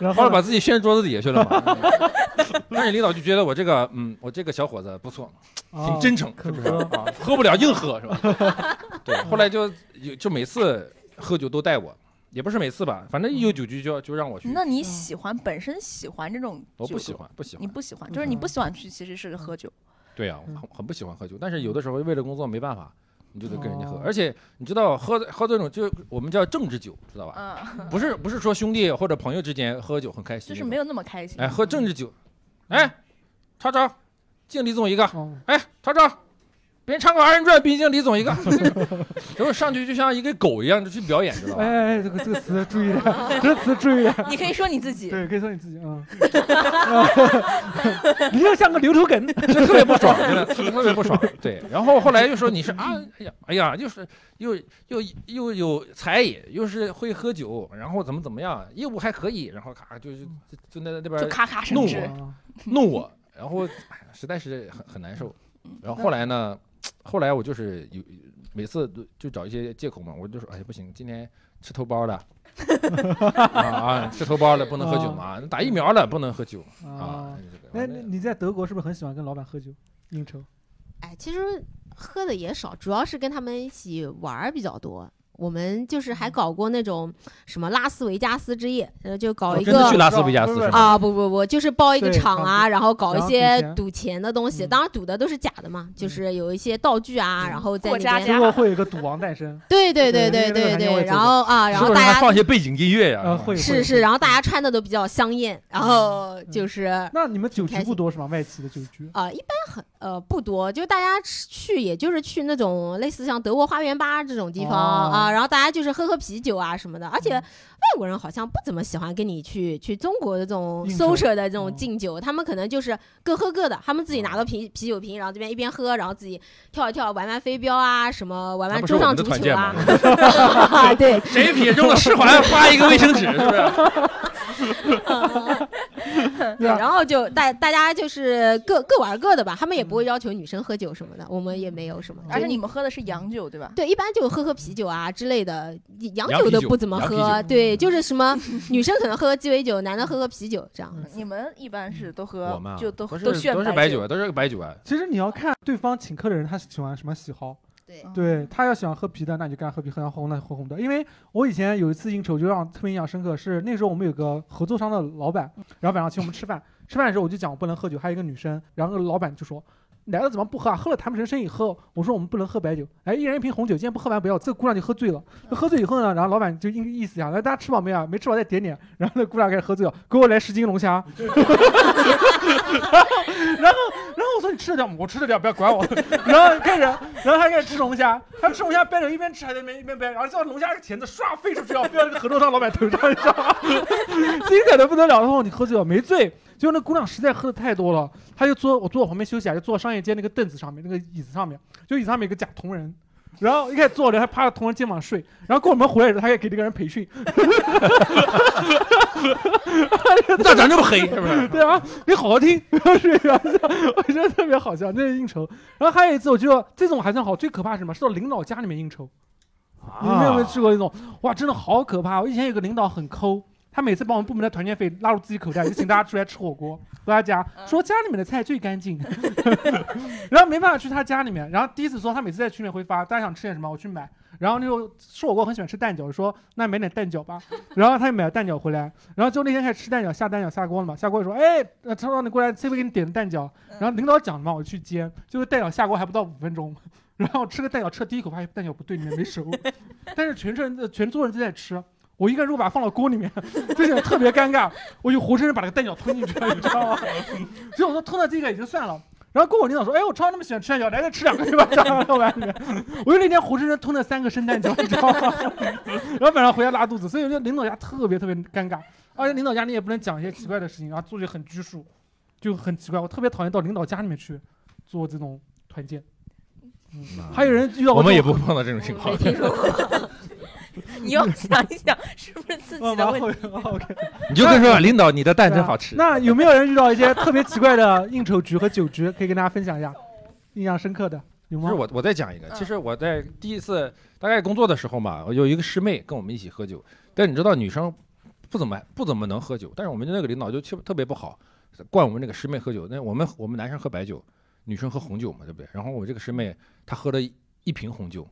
然后后来呢把自己炫桌子底下去了嘛。 [laughs] 但是领导就觉得我这个，嗯，我这个小伙子不错，哦挺真诚，是肯不是喝啊？喝不了硬喝是吧？ [laughs] 对，后来就有就每次喝酒都带我，也不是每次吧，反正一有酒局就要就让我去。那你喜欢本身喜欢这种？我不喜，欢，不喜你欢。不喜欢，就是你不喜欢去，其实是喝酒。对呀、我嗯很很不喜欢喝酒，但是有的时候为了工作没办法，你就得跟人家喝。哦而且你知道喝喝这种就我们叫政治酒，知道吧？嗯，不是不是说兄弟或者朋友之间喝酒很开 [laughs] 就心那种，是没有那么开心。哎，喝政治酒，哎，超超，敬李总一个，哦嗯哎，超超，别人唱个二人转，逼敬李总一个， [laughs] 然后上去就像一个狗一样就去表演，知道哎吧？哎，哎这个这个词 [laughs] 注意点，这个词注意点。你可以说你自己，对，可以说你自己啊。你就像个牛头 [laughs] 梗。就 [laughs] 特别不爽，真的 [laughs] 特别不爽。对，然后后来又说你是啊，哎呀，哎呀，又是又又又有才艺，又是会喝酒，然后怎么怎么样，业务还可以，然后咔就就就就那那边就咔咔弄升职。我啊弄我，然后哎呀实在是很很难受。然后后来呢，后来我就是有每次都就找一些借口嘛，我就说哎呀不行，今天吃头孢了。 [laughs] 啊啊！吃头孢了，不能喝酒嘛。打疫苗了，不能喝酒啊啊！。那那你在德国是不是很喜欢跟老板喝酒应酬？哎，其实喝的也少，主要是跟他们一起玩儿比较多。我们就是嗯还搞过那种什么拉斯维加斯之夜，呃，就搞一哦真的个去拉斯维加斯不是是吗？啊，不不不，就是包一个对场差不啊，多然后搞一然后些赌钱赌钱的东西，嗯当然赌的都是假的嘛，就是有一些道具啊，然后在过那家边，家中国会有一个赌王 [laughs] 诞生，对对对对对对那个肯定对，会做然后啊，然是后不是大还家放一些背景音乐呀？呃，会是是，。然后大家穿的都比较香艳，然后就是会嗯那你们酒挺开局心不多是吗？外企的酒嗯局啊，一般很呃不多，就大家吃去也就是去那种类似像德国花园吧这种地方哦啊，然后大家就是喝喝啤酒啊什么的，而且嗯外国人好像不怎么喜欢跟你去去中国的这种应酬 social 的这哦种敬酒，他们可能就是各喝各的，他们自己哦拿到啤啤酒瓶，然后这边一边喝，然后自己跳一跳，玩玩飞镖啊，什么玩那玩不是桌我上们的足团球建啊 [laughs] 吗？，对，谁撇扔了试环，发一个卫生纸，是不是？ [laughs] 对，对啊然后就大大家就是各各玩各的吧，他们也不会要求女生喝酒什么的，我们也没有什么，嗯而且就你们喝的是洋酒，对吧？对，一般就喝喝啤酒啊之类的，洋洋酒啤都酒不怎么洋啤喝。酒对，就是什么女生可能喝鸡尾酒，男的喝喝啤酒这样。你们一般是都我喝们，啊就都不是都炫都是白白酒，啊，都是白酒啊。其实你要看对方请客的人他喜欢什么喜好，对嗯对他要喜欢喝啤的，那你就跟他喝啤；，喝想喝红的喝红的。因为我以前有一次应酬，就让特别印象深刻，是那时候我们有个合作商的老板，然后晚上请我们吃饭，吃饭的时候我就讲我不能喝酒，还有一个女生，然后老板就说。来了怎么不喝啊？喝了谈不成生意。喝，我说我们不能喝白酒。哎，一人一瓶红酒，今天不喝完不要。这个姑娘就喝醉了。喝醉以后呢，然后老板就意意思一下，来大家吃饱没有啊？没吃饱再点点。然后那姑娘开始喝醉了，给我来十斤龙虾。 [laughs] 然后，然后，然后我说你吃得掉吗？我吃得掉，不要管我。然后开始，然后他开始吃龙虾，他吃龙虾掰着一边吃还在那边一边掰，然后最后龙虾是甜的，唰飞出去，然啊后飞到那个合同商老板头上，你知道吗？ [laughs] 精彩的不得了。然后你喝醉了没醉？结果那姑娘实在喝的太多了，她就坐我坐我旁边休息啊，就坐商业街那个凳子上面，那个椅子上面，就椅子上面有个假铜人。然后一开始坐着，还趴着同人肩膀睡，然后跟我们回来的时候，他还给这个人培训，咋长这么黑？是不 [laughs] 是？对啊，你好好听， [laughs] 然后睡着，我觉得特别好笑，那是应酬。然后还有一次，我觉得这种还算好，最可怕是什么？是到领导家里面应酬。你们有没有去过那种？哇，真的好可怕！我以前有个领导很抠，他每次把我们部门的团建费拉入自己口袋，就请大家出来吃火锅，回他家说家里面的菜最干净，然后没办法去他家里面。然后第一次说他每次在群里面会发，大家想吃点什么，我去买。然后那时候吃火锅很喜欢吃蛋饺，说那买点蛋饺吧。然后他就买了蛋饺回来，然后就那天开始吃蛋饺，下蛋饺下锅了嘛，下锅就说哎，呃他说你过来，这边给你点的蛋饺。然后领导讲了嘛，我去接，就是蛋饺下锅还不到五分钟。然后吃个蛋饺，吃了第一口发现蛋饺不对，里面没熟，但是全城呃全桌人都在吃，我一个人如果把它放到锅里面， [laughs] 就显得特别尴尬，我就活生生把那个蛋饺吞进去了，你知道吗？ [laughs] 所以我说吞了这个也就算了。然后跟我领导说，哎，我超那么喜欢吃蛋饺，来再吃两个去吧，这样老板。 [laughs] 我就那天活生生吞了三个生蛋饺，你知道吗？ [laughs] 然后晚上回家拉肚子，所以我觉得领导家特别特别尴尬，而且领导家你也不能讲一些奇怪的事情，然后做就很拘束，就很奇怪。我特别讨厌到领导家里面去做这种团建。嗯，还有人遇到过我们这也种不碰到这种情况没。听 [laughs] 说过。你要想一想，是不是自己的问题？ [laughs] 你就跟说领导，你的蛋真好啊吃。那有没有人遇到一些特别奇怪的应酬局和酒局，可以跟大家分享一下印象深刻的？有不吗嗯是？我，我再讲一个。其实我在第一次大概工作的时候嘛，我有一个师妹跟我们一起喝酒，但你知道女生不怎么不怎么能喝酒，但是我们那个领导就特特别不好，灌我们这个师妹喝酒。那我们我们男生喝白酒，女生喝红酒嘛，对不对？然后我这个师妹她喝了一一瓶红酒，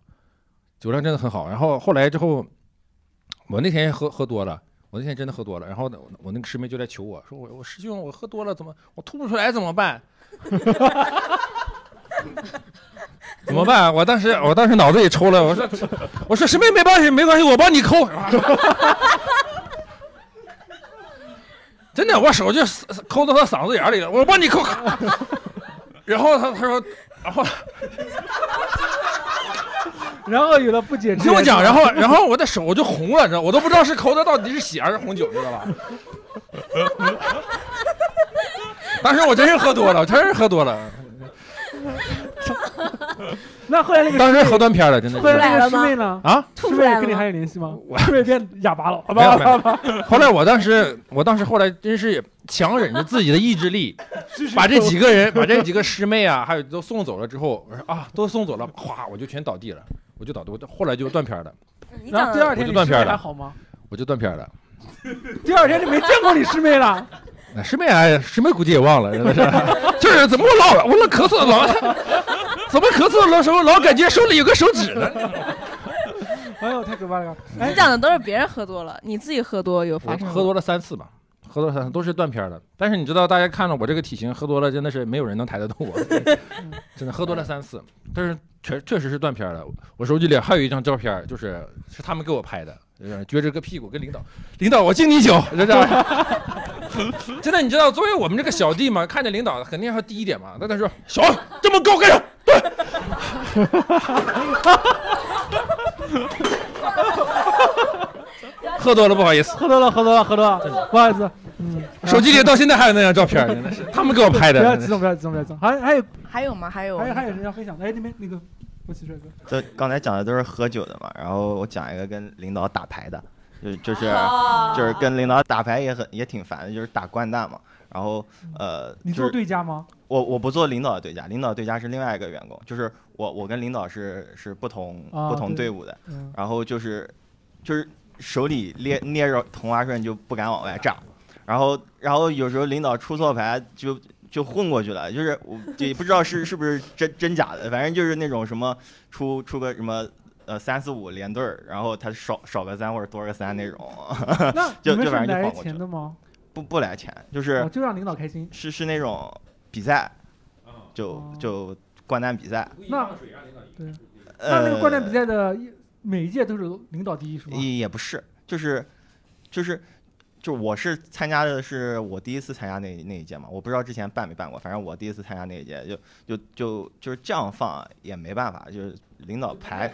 酒量真的很好。然后后来之后，我那天喝喝多了。我那天真的喝多了，然后呢我我那个师妹就来求我说我我师兄我喝多了怎么我吐不出来怎么办？怎么办？啊我当时我当时脑子也抽了，我说我说师妹没关系没关系，我帮你抠。真的，我手就撕撕抠到他嗓子眼里了，我帮你抠。然后他他说，然后 [laughs] 然后有了不解你之听我缘讲，然后然后我的手就红了，你知道，我都不知道是抠的到底是血还是红酒，知道吧？当时我真是喝多了，我真是喝多了，那后来那个当时喝断片了，真的后来是那来个了师吗妹呢？啊。师吐出妹来了跟你吗还有联系吗？我师妹变哑巴了，好没有没有吧？好吧， [laughs] 后来我当时，我当时后来真是强忍着自己的意志力，把这几个人，把这几个师妹啊，还有都送走了之后，我说啊，都送走了，哗，我就全倒地了，我就倒地，我后来就断片了，你然后讲第二天我就你断师片妹了还好吗？我就断片了。第二天就没见过你师妹 [laughs] 了。那师妹哎，师妹估计也忘了，真的是， [laughs] 就是怎么我老我老咳嗽老， [laughs] 怎么咳嗽的时候老感觉手里有个手指呢？ [laughs] 哎呦，太可 [laughs] 怕了！你讲的都是别人喝多了，你自己喝多有我发生哎喝多了三次吧，喝多了三次都是断片的。但是你知道，大家看了我这个体型，喝多了真的是没有人能抬得动我， [laughs] 真的喝多了三次。但是确确实是断片了。我手机里还有一张照片，就是是他们给我拍的，就是撅着个屁股跟领导，领导我敬你酒， [laughs] 就这样。真的，你知道，作为我们这个小弟嘛，看见领导肯定要低一点嘛。那他说小这么高干啥？ [laughs] 对。喝多了，不好意思。喝多了，喝多了，喝多了，不好意思，嗯手机里到现在还有那张照片，真的 [laughs] 是他们给我拍不要的激。动，不要激动，不要激动。还还有还有吗？还有还有还有人要分享的？哎，那边那个，我起帅哥，就刚才讲的都是喝酒的嘛，然后我讲一个跟领导打牌的，就就是就是跟领导打牌也很也挺烦的，就是打掼蛋嘛。然后呃，嗯你就做是对家吗？我我不做领导的对家，领导对家是另外一个员工，就是我我跟领导是是不同、啊不同对队伍的，嗯，然后就是就是手里捏捏着同花顺就不敢往啊外炸，然后然后有时候领导出错牌就就混过去了，就是我也不知道是是不是真真假的，反正就是那种什么出出个什么。呃，三四五连对儿，然后他少少个三或者多个三那种，那就你们就是反正就来放过去钱的吗？不不来钱，就是哦，就让领导开心。是是那种比赛，就哦就掼蛋比赛。那那呃，那个灌篮比赛的一每一届都是领导第一是吗？也也不是，就是就是就我是参加的是我第一次参加那那一届嘛，我不知道之前办没办过，反正我第一次参加那一届就就就就是这样放也没办法，就是领导牌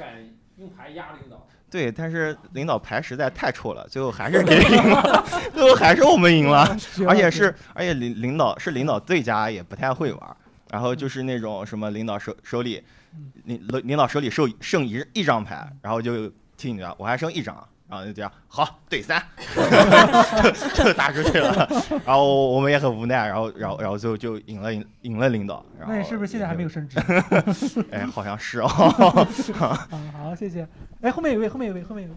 用牌压领导，对，但是领导牌实在太臭了，最后还是给赢了， [laughs] 最后还是我们赢了。 [laughs] 绝了而且是，而且领领导是领导对家也不太会玩儿，然后嗯就是那种什么领导手手里，领领领导手里剩剩一一张牌，然后就听你的，我还剩一张，然后就这样，好对 [laughs] 三， [laughs] 就就打出去了，然后我们也很无奈，然后然后然后最后就赢了赢赢了领导，然后那你是不是现在还没有？升职？ [laughs] 哎，好像 [laughs] 是哦， [laughs] 啊，好，谢谢。哎，后面有一位，后面有一位，后面有一位。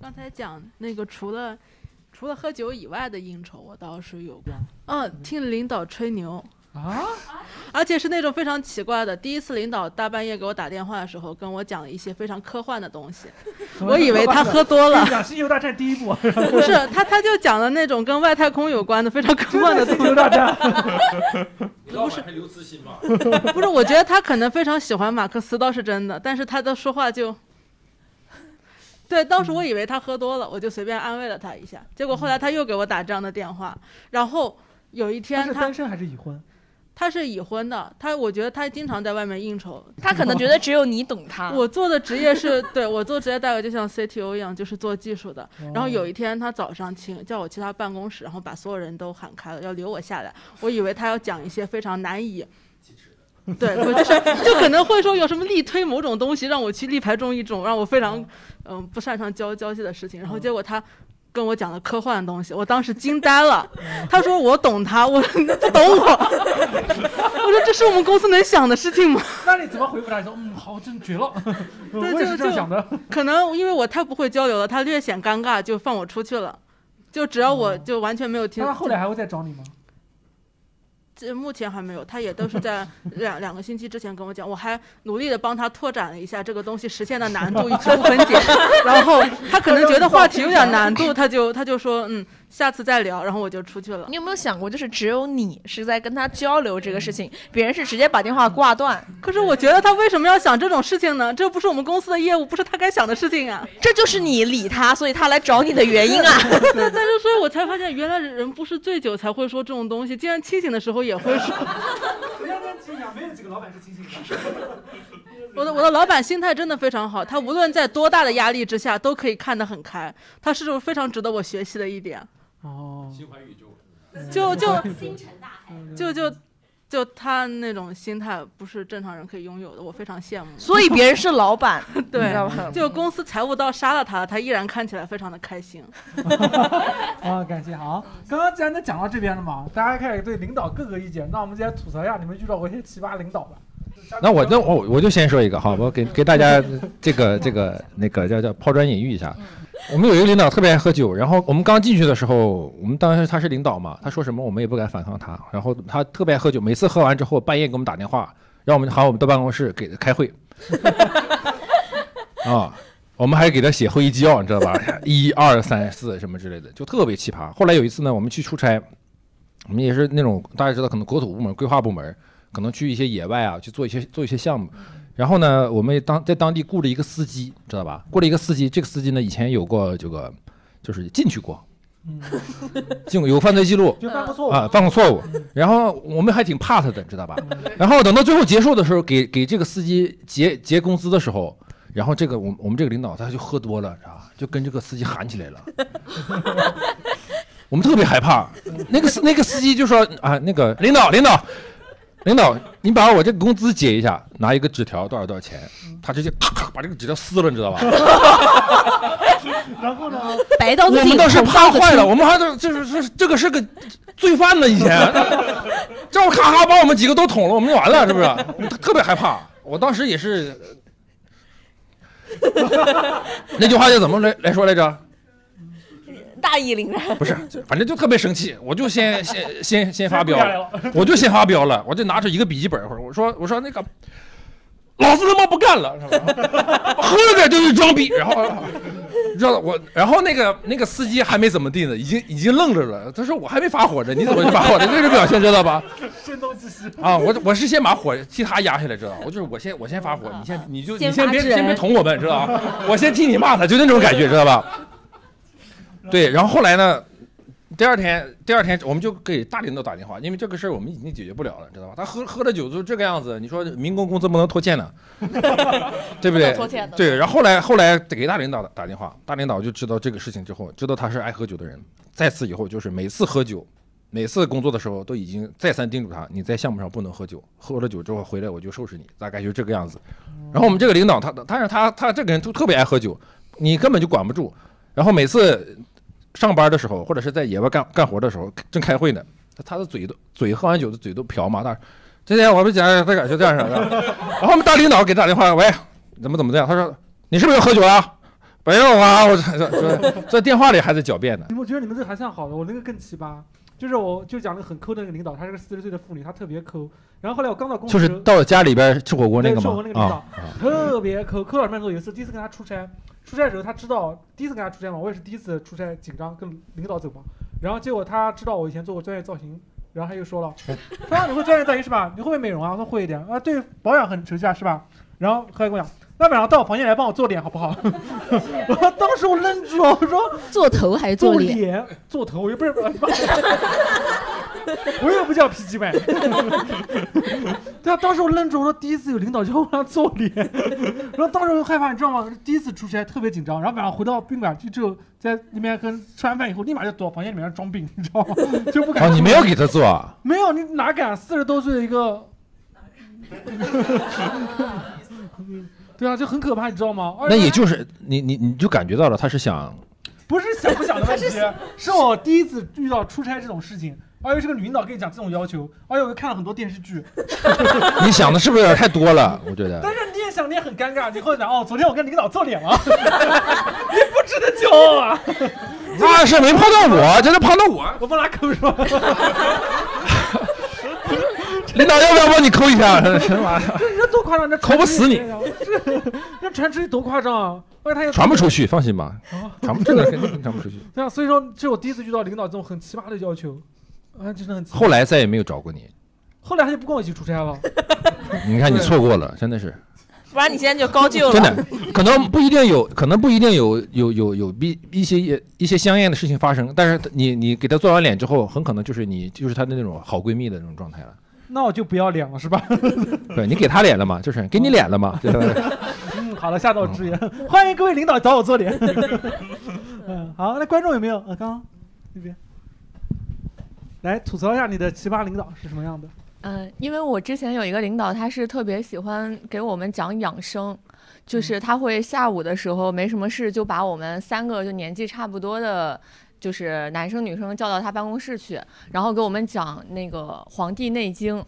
刚才讲那个，除了除了喝酒以外的应酬，我倒是有过。嗯，听领导吹牛啊，而且是那种非常奇怪的。第一次领导大半夜给我打电话的时候，跟我讲一些非常科幻的东西，我以为他喝多了。讲《星球大战》第一部，不是他，他就讲了那种跟外太空有关的非常科幻的东西。星球大战老板是刘慈欣吗？ [laughs] 不是，我觉得他可能非常喜欢马克思，倒是真的，但是他的说话就。对，当时我以为他喝多了，我就随便安慰了他一下。结果后来他又给我打这样的电话，然后有一他天是他单身还是已婚？他是已婚的，他我觉得他经常在外面应酬。他可能觉得只有你懂他。我做的职业是对我做职业代表，就像 CTO 一样，就是做技术的。然后有一天他早上请叫我去他办公室，然后把所有人都喊开了，要留我下来。我以为他要讲一些非常难以。对，我就是就可能会说有什么力推某种东西，让我去力排众议这种让我非常嗯、不擅长交交际的事情。然后结果他跟我讲了科幻的东西，我当时惊呆了。 [laughs] 他说我懂他，我 [laughs] 他懂我。我说这是我们公司能想的事情吗？那你怎么回复他？你说嗯，好，真绝了，对我也是就这样想的。 [laughs] 可能因为我太不会交流了，他略显尴尬，就放我出去了。就只要我就完全没有听，哦那他后来还会再找你吗？ [laughs] 这目前还没有，他也都是 [laughs] 在两两个星期之前跟我讲，我还努力的帮他拓展了一下这个东西实现的难 [laughs] 度与初步分 [laughs] 解，然后他可能觉得话题有点难度，他就他就说嗯，下次再聊，然后我就出去了你。有没有想过，就是只有你是在跟他交流这个事情，别人是直接把电话挂断，可是我觉得他为什么要想这种事情呢？这不是我们公司的业务，不是他该想的事情啊。这就是你理他，所以他来找 [laughs] 你的原因啊。对，但是所以我才发现，原来人不是醉酒才会说这种东西，竟然清醒的时候也会说。人家跟清醒，没有几个老板是清醒的。 [laughs] 我的我的老板心态真的非常好，他无论在多大的压力之下，都可以看得很开，他是非常值得我学习的一点。哦，心怀宇宙，就就星辰大海。就就就他那种心态不是正常人可以拥有的，我非常羡慕。所以别人 [laughs] 是老板，你知对，道 [laughs] 吧？就公司财务到杀了他，他依然看起来非常的开心。啊，感谢好。刚刚既然都讲到这边了嘛，大家开始对领导各个意见，那我们今天吐槽一下你们遇到过一些奇葩领导吧。 [laughs] 那我那我我就先说一个好，我给给大家这个这个那个叫叫抛砖引玉一下。我们有一个领导特别爱喝酒，然后我们刚进去的时候，我们当时他是领导嘛，他说什么我们也不敢反抗他。然后他特别爱喝酒，每次喝完之后半夜给我们打电话，让我们喊我们到办公室给开会。 [laughs] 啊，我们还给他写会议纪要，你知道吧？一二三四什么之类的，就特别奇葩。后来有一次呢，我们去出差，我们也是那种大家知道，可能国土部门、规划部门，可能去一些野外啊，去做一些做一些项目。然后呢，我们当在当地雇了一个司机，知道吧？雇了一个司机，这个司机呢以前有过这个，就是进去过，嗯，进过有犯罪记录就犯不错嗯啊，犯过错误。然后我们还挺怕他的，知道吧？然后等到最后结束的时候，给给这个司机结结工资的时候，然后这个我们我们这个领导他就喝多了，知道吧？就跟这个司机喊起来了。我们特别害怕，那 [laughs] 个司那个司机就说啊，那个领导领导领导，你把我这个工资结一下，拿一个纸条多少多少钱，他直接咔咔把这个纸条撕了，你知道吧？然后呢，白刀我子进们当时红怕包子坏出了，我们还都就是是这个是个罪犯呢，以前，这要咔咔把我们几个都捅了，我们就完了，是不是？我们特别害怕，我当时也是，那句话叫怎么来来说来着？ [laughs] 大义凛然。不是，反正就特别生气，我 [laughs] 就先先先先发飙下来了。 [laughs] 我就先发飙了，我就拿出一个笔记本，我说我说那个，老子他妈不干了，是吧？ [laughs] 我喝了点就是装逼，然后你知道我，然后那个那个司机还没怎么地呢，已经已经愣着了，他说我还没发火呢，你怎么就发火了？这个表现知道吧？声东击西， [laughs] 啊，我我是先把火替他压下来，知道？我就是我先我先发火，你先你就你先先发别制人先别捅我们，知道吧？我先替你骂他，就那种感觉，知道吧？对，然后后来呢？第二天，第二天我们就给大领导打电话，因为这个事儿我们已经解决不了了，知道吧？他喝喝了酒就这个样子，你说民工工资不能拖欠呢，对不不对？能拖欠的对，然后后来后来给大领导打电话，大领导就知道这个事情之后，知道他是爱喝酒的人，在此以后就是每次喝酒每次工作的时候都已经再三叮嘱他，你在项目上不能喝酒，喝了酒之后回来我就收拾你，大概就这个样子。然后我们这个领导他，但是他他这个人就特别爱喝酒，你根本就管不住。然后每次上班的时候，或者是在野外干干活的时候，正开会呢，他他的嘴都嘴喝完酒的嘴都瓢嘛，他今天我们讲这个就这样式的。然后我们大领导给打电话，喂，怎么怎么样？他说你是不是又喝酒了？没有啊，我这这这这电话里还在狡辩呢。你们我觉得你们这还算好的，我那个更奇葩，就是我就讲了个很抠的那个领导，她是个四十岁的妇女，她特别抠。然后后来我刚到公司就的是时候，到家里边吃火锅那个对吃火吗锅那？个啊，特别抠，抠到什么程度？有一次第一次跟他出差，出差的时候他知道第一次跟他出差嘛，我也是第一次出差紧张跟领导走嘛，然后结果他知道我以前做过专业造型。然后他又 [laughs] 说了，他说你会专业造型是吧？你会不会美容啊？我说会一点啊，对保养很熟悉啊，是吧？然后后来跟我讲，那晚上到我房间来帮我啊做脸好不 [laughs] 好？我当时我愣住了，我说 [laughs] 做头还是做做脸？ [laughs] 脸做头，我又不是，我又不叫 PG 麦。对啊，当时我愣住，我说第一次有领导叫我让做 [laughs] 脸，然后当时我就害怕，你知道吗？第一次出差特别紧张，然后晚上回到宾馆就就在那边跟吃完饭以后，立马就躲房间里面装病，你知道 [laughs] 吗？就不敢。哦，你没有给他做啊？没有，你哪敢？四十多岁的一 [laughs] 个，对啊，就很可怕，你知道吗？ [laughs] 而那且也就是你你你就感觉到了他是想不是想不想的问 [laughs] 题，是我第一次遇到出差这种事情，而且是个女领导跟你讲这种要求，而且我又看了很多电视剧， [laughs] 你想的是不是有点太多了？我觉得但是你也想，你也很尴尬，你会讲哦，昨天我跟领导做脸 [laughs] 了，你不值得骄傲啊！那是没碰到我，真的碰到我。我不拉坑是吧？领导要不要帮你抠 [laughs] 一下？什么玩意儿？这这多夸张，这抠不死你这这传出去多夸张啊！而且他也传不出去，放心吧，哦传不真的肯定传不出去。对啊，所以说这是我第一次遇到领导这种很奇葩的要求，啊，真的很奇葩。后来再也没有找过你，后来他就不跟我一起出差 [laughs] 了，你看你错过了，真的是，不然你现在就高就了。真的，可能不一定有，可能不一定有有有有一一些一些香艳的事情发生，但是你你给她做完脸之后，很可能就是你就是她的那种好闺蜜的那种状态了。那我就不要脸了是吧？对你给她脸了嘛，就是给你脸了嘛，对吧？嗯，好了，下道之言， [laughs] 欢迎各位领导找我做 [laughs] 脸。嗯，好，那观众有没有？呃，刚刚那边来吐槽一下你的奇葩领导是什么样的？嗯，因为我之前有一个领导，他是特别喜欢给我们讲养生，就是他会下午的时候没什么事，就把我们三个就年纪差不多的，就是男生女生叫到他办公室去，然后给我们讲那个《黄帝内经》，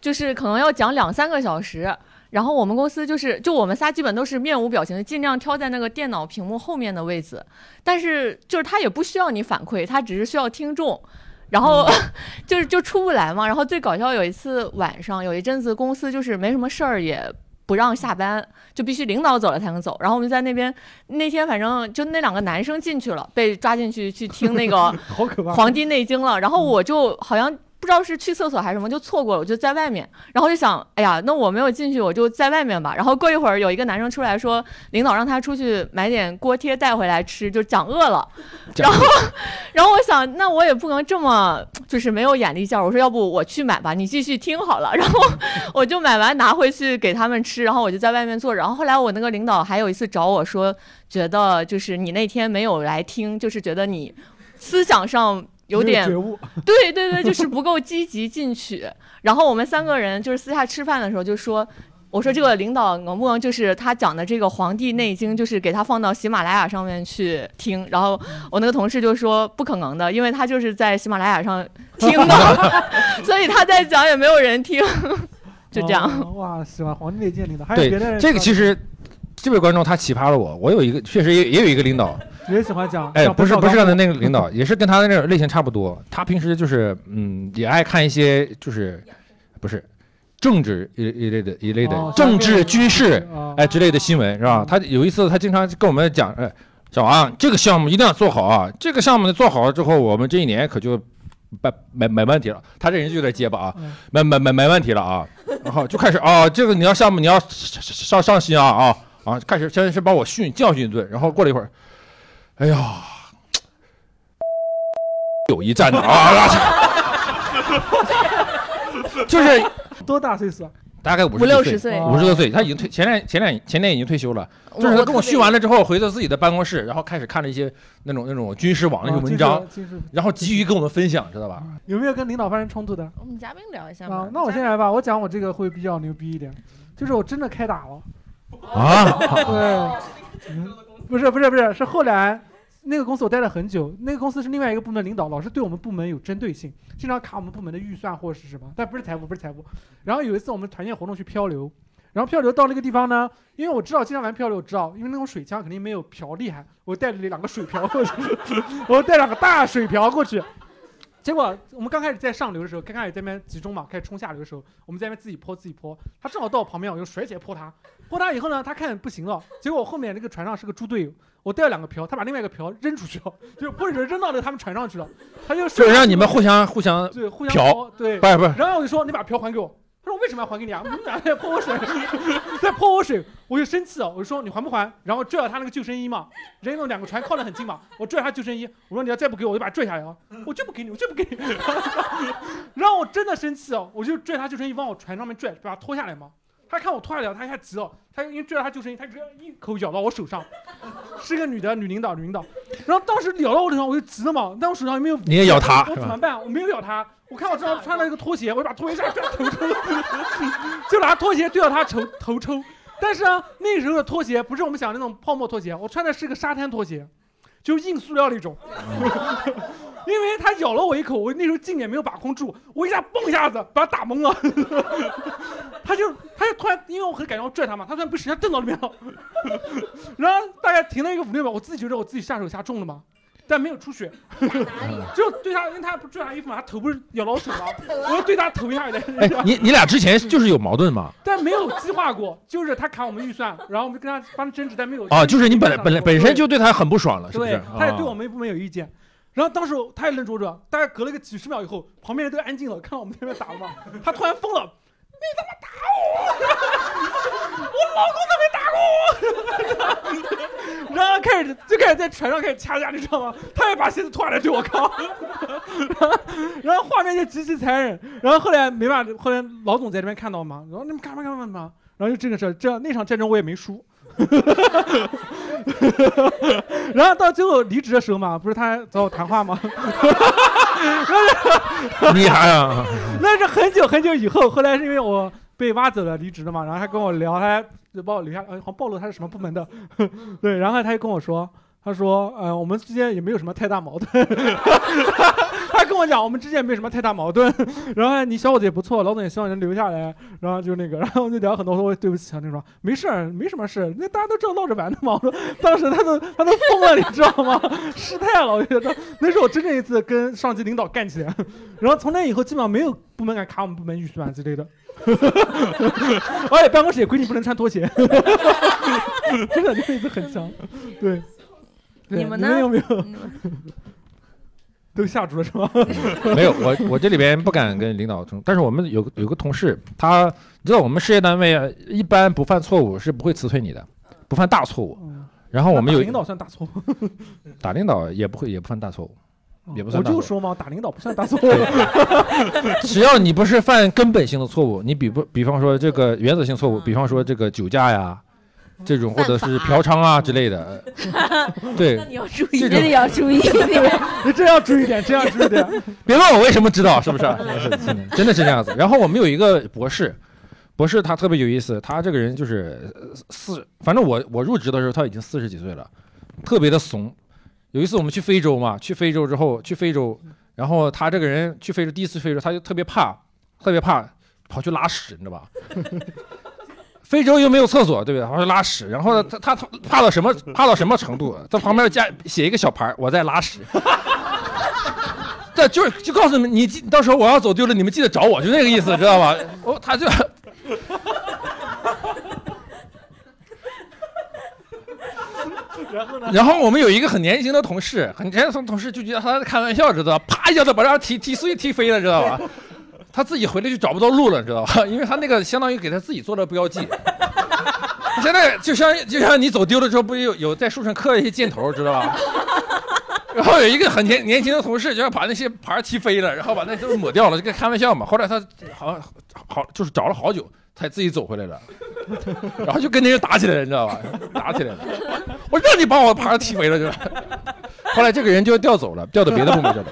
就是可能要讲两三个小时。然后我们公司就是，就我们仨基本都是面无表情，尽量挑在那个电脑屏幕后面的位置。但是就是他也不需要你反馈，他只是需要听众。然后 [laughs] 就是就出不来嘛。然后最搞笑有一次晚上，有一阵子公司就是没什么事儿，也不让下班，就必须领导走了才能走。然后我们在那边那天反正就那两个男生进去了，被抓进去去听那个好可怕！ 《黄帝内经》了，然后我就好像不知道是去厕所还是什么，就错过了，我就在外面，然后就想，哎呀，那我没有进去，我就在外面吧。然后过一会儿有一个男生出来说，领导让他出去买点锅贴带回来吃，就讲饿了。然后，然后我想，那我也不能这么就是没有眼力见儿，我说要不我去买吧，你继续听好了。 [laughs] 然后我就买完拿回去给他们吃，然后我就在外面坐着。然后后来我那个领导还有一次找我说，觉得就是你那天没有来听，就是觉得你思想上有点没觉悟， [laughs] 对对对，就是不够积极进取。然后我们三个人就是私下吃饭的时候就说。我说这个领导能不能就是他讲的这个《黄帝内经》，就是给他放到喜马拉雅上面去听？然后我那个同事就说不可能的，因为他就是在喜马拉雅上听的， [laughs] 所以他在讲也没有人听， [laughs] 就这样。哦哇，喜欢黄帝内经领导，还有别的对，人这个其实这位观众他奇葩了我，我有一个确实也也有一个 [laughs] 领导，也喜欢讲，哎，讲不是赵不是刚让他那个 [laughs] 领导，也是跟他的那种类型差不多。他平时就是嗯，也爱看一些就是不是政治一一类的一类的哦政治军事哦嗯哎之类的新闻是吧？他有一次他经常跟我们讲，哎，小王这个项目一定要做好啊，这个项目做好了之后，我们这一年可就没没没问题了。他这人就有点结巴嗯啊，没没没没问题了啊。然后就开始啊、这个你要项目你要上上心啊啊啊，开始先是把我训教训一顿，然后过了一会儿，哎呀。友谊站着啊，就是多大岁数啊？大概五五十六岁十岁哦五十多岁，他已经退前两前两前年已经退休了。我就是他跟我我训完了之后，回到自己的办公室，然后开始看了一些那种那种军事网那啊种文章，，技术技术然后急于跟我们分享，知道吧？有没有跟领导发生冲突的？我们嘉宾聊一下啊嘛，。那我先来吧，我讲我这个会比较牛逼一点，就是我真的开打了。啊，对，嗯 [laughs] 不是不是不是，是后来那个公司我待了很久，那个公司是另外一个部门领导，老是对我们部门有针对性，经常卡我们部门的预算或是什么，但不是财务，不是财务。然后有一次我们团建活动去漂流，然后漂流到那个地方呢，因为我知道经常玩漂流，我知道，因为那种水枪肯定没有瓢厉害，我带了两个水瓢过去， [laughs] 我带两个大水瓢过去。结果我们刚开始在上流的时候，刚开始在那边集中嘛，开始冲下流的时候，我们在那边自己泼自己泼，他正好到我旁边，我就甩起来泼他，泼他以后呢，他看不行了，结果后面那个船上是个猪队友，我带了两个瓢，他把另外一个瓢扔出去了， [laughs] 就泼水扔到那个他们船上去了，他就就是让你们互相互相对互相瓢泼对，不是不是然后我就说你把瓢还给我。他说我为什么要还给你啊？你俩在泼我水，在泼我水，我就生气了。我就说你还不还？然后拽了他那个救生衣嘛，人家那两个船靠得很近嘛，我拽他救生衣，我说你要再不给我，我就把他拽下来啊！我就不给你，我就不给你。 [laughs] 然后我真的生气哦，我就拽他救生衣往我船上面拽，把他拖下来嘛。他看我拖下来了，他一下急了，他因为拽了他救生衣，他直接一口咬到我手上， [laughs] 是个女的，女领导，女领导。然后当时咬到我手上，我就急了嘛，但我手上又没有，你也咬她我是怎吧么办？我没有咬她，我看我身上穿了一个拖鞋，我就把拖鞋下掉头抽，就拿拖鞋对着她头头抽。但是呢，啊那时候的拖鞋不是我们想的那种泡沫拖鞋，我穿的是个沙滩拖鞋，就是硬塑料那种。因为它咬了我一口，我那时候劲也没有把控住，我一下嘣一下子把它打懵了。 [laughs] 他就他就突然，因为我很感觉我拽他嘛，他突然被使劲蹬到那边了， [laughs] 然后大概停了一个五六秒，我自己觉得我自己下手下重了嘛，但没有出血， [laughs] 就对他，因为他不拽他衣服嘛，他头不是咬到我手吗？我就对啊 [laughs] 他头一啊下有点， [laughs] 哎，你你俩之前就是有矛盾吗？但没有激化过，就是他砍我们预算，然后我们跟他发生争执，但没有啊，就是你本来本来本身就。就对他很不爽了，是不是对？，他也对啊我们部门有意见。然后当时我他也愣住了，大概隔了个几十秒以后，旁边人都安静了，看到我们在那边打了嘛，他突然疯了，你他妈打我！我老公都没打过我！然后开始就开始在船上开始掐架，你知道吗？他也把鞋子脱下来对我扛，然后 [laughs] 然后画面就极其残忍。然后后来没办法，后来老总在这边看到嘛，然后你们干嘛干嘛干嘛，然后就这个事儿，这那场战争我也没输。 [laughs] 然后到最后离职的时候嘛，不是他找我谈话吗？ [laughs] [laughs] 厉害 [laughs] 啊！那是很久很久以后，后来是因为我被挖走了，离职了嘛，然后他跟我聊，他就把我留下，呃好像暴露他是什么部门的， [laughs] 对，然后他就跟我说，他说，呃，我们之间也没有什么太大矛盾，他跟我讲我们之间也没有什么太大矛盾，然后你小伙子也不错，老总也希望能留下来，然后就那个，然后我就聊很多，我说对不起啊，那种，没事儿，没什么事儿，那大家都知道闹着玩的嘛，我说当时他都他都疯了，你知道吗？ [laughs] 失态了，我觉得那是我真正一次跟上级领导干起来。然后从那以后，基本上没有部门敢卡我们部门预算之类的。 [laughs] 而且办公室也规定不能穿拖鞋， [laughs] 真的那一次很强。对，对你们呢有没有？都下注了是吗？[laughs] [laughs] 没有，我我这里边不敢跟领导争，但是我们有个有个同事，他你知道我们事业单位啊一般不犯错误是不会辞退你的，不犯大错误。然后我们嗯那有打领导算大错误，打领导也不会也不犯大错误，也不算哦我大错就误。说嘛，打领导不算大错误。 [laughs] 只要你不是犯根本性的错误，你比不比方说这个原则性错误，比方说这个酒驾呀，这种或者是嫖娼啊之类的，呃对，你 [laughs] 要注这意，种真的要注意一点。你 [laughs] 这要注意点，这要注意点。别问我为什么知道，是不 [laughs] 是？是真的真的是这样子。然后我们有一个博士，博士他特别有意思，他这个人就是呃四，反正我我入职的时候他已经四十几岁了，特别的怂。有一次我们去非洲嘛，去非洲之后去非洲，然后他这个人去非洲第一次去非洲，他就特别怕，特别怕跑去拉屎，你知道吧？非洲又没有厕所，对不对？跑去拉屎，然后呢，他他他怕到什么怕到什么程度？在旁边加写一个小牌儿，我在拉屎。 [laughs] 对，就是就告诉你们，你记到时候我要走丢了，你们记得找我，就那个意思，知道吧？哦，他就，然后呢？然后我们有一个很年轻的同事，很年轻的同事就觉得他在开玩笑，知道吧？啪一下子把他踢踢碎踢飞了，知道吧？他自己回来就找不到路了，知道吧？因 [laughs] 为他那个相当于给他自己做了标记。现在就像就像你走丢了之后，不是有有在树上刻一些箭头，知道吧？ [laughs] 然后有一个很年年轻的同事，就要把那些牌儿踢飞了，然后把那都抹掉了，就跟开玩笑嘛。后来他好像好就是找了好久，才自己走回来了， [laughs] 然后就跟那人打起来了，你知道吧？ [laughs] 打起来了，我让你把我牌儿踢飞了，就是。后来这个人就调走了，调到别的部门去了。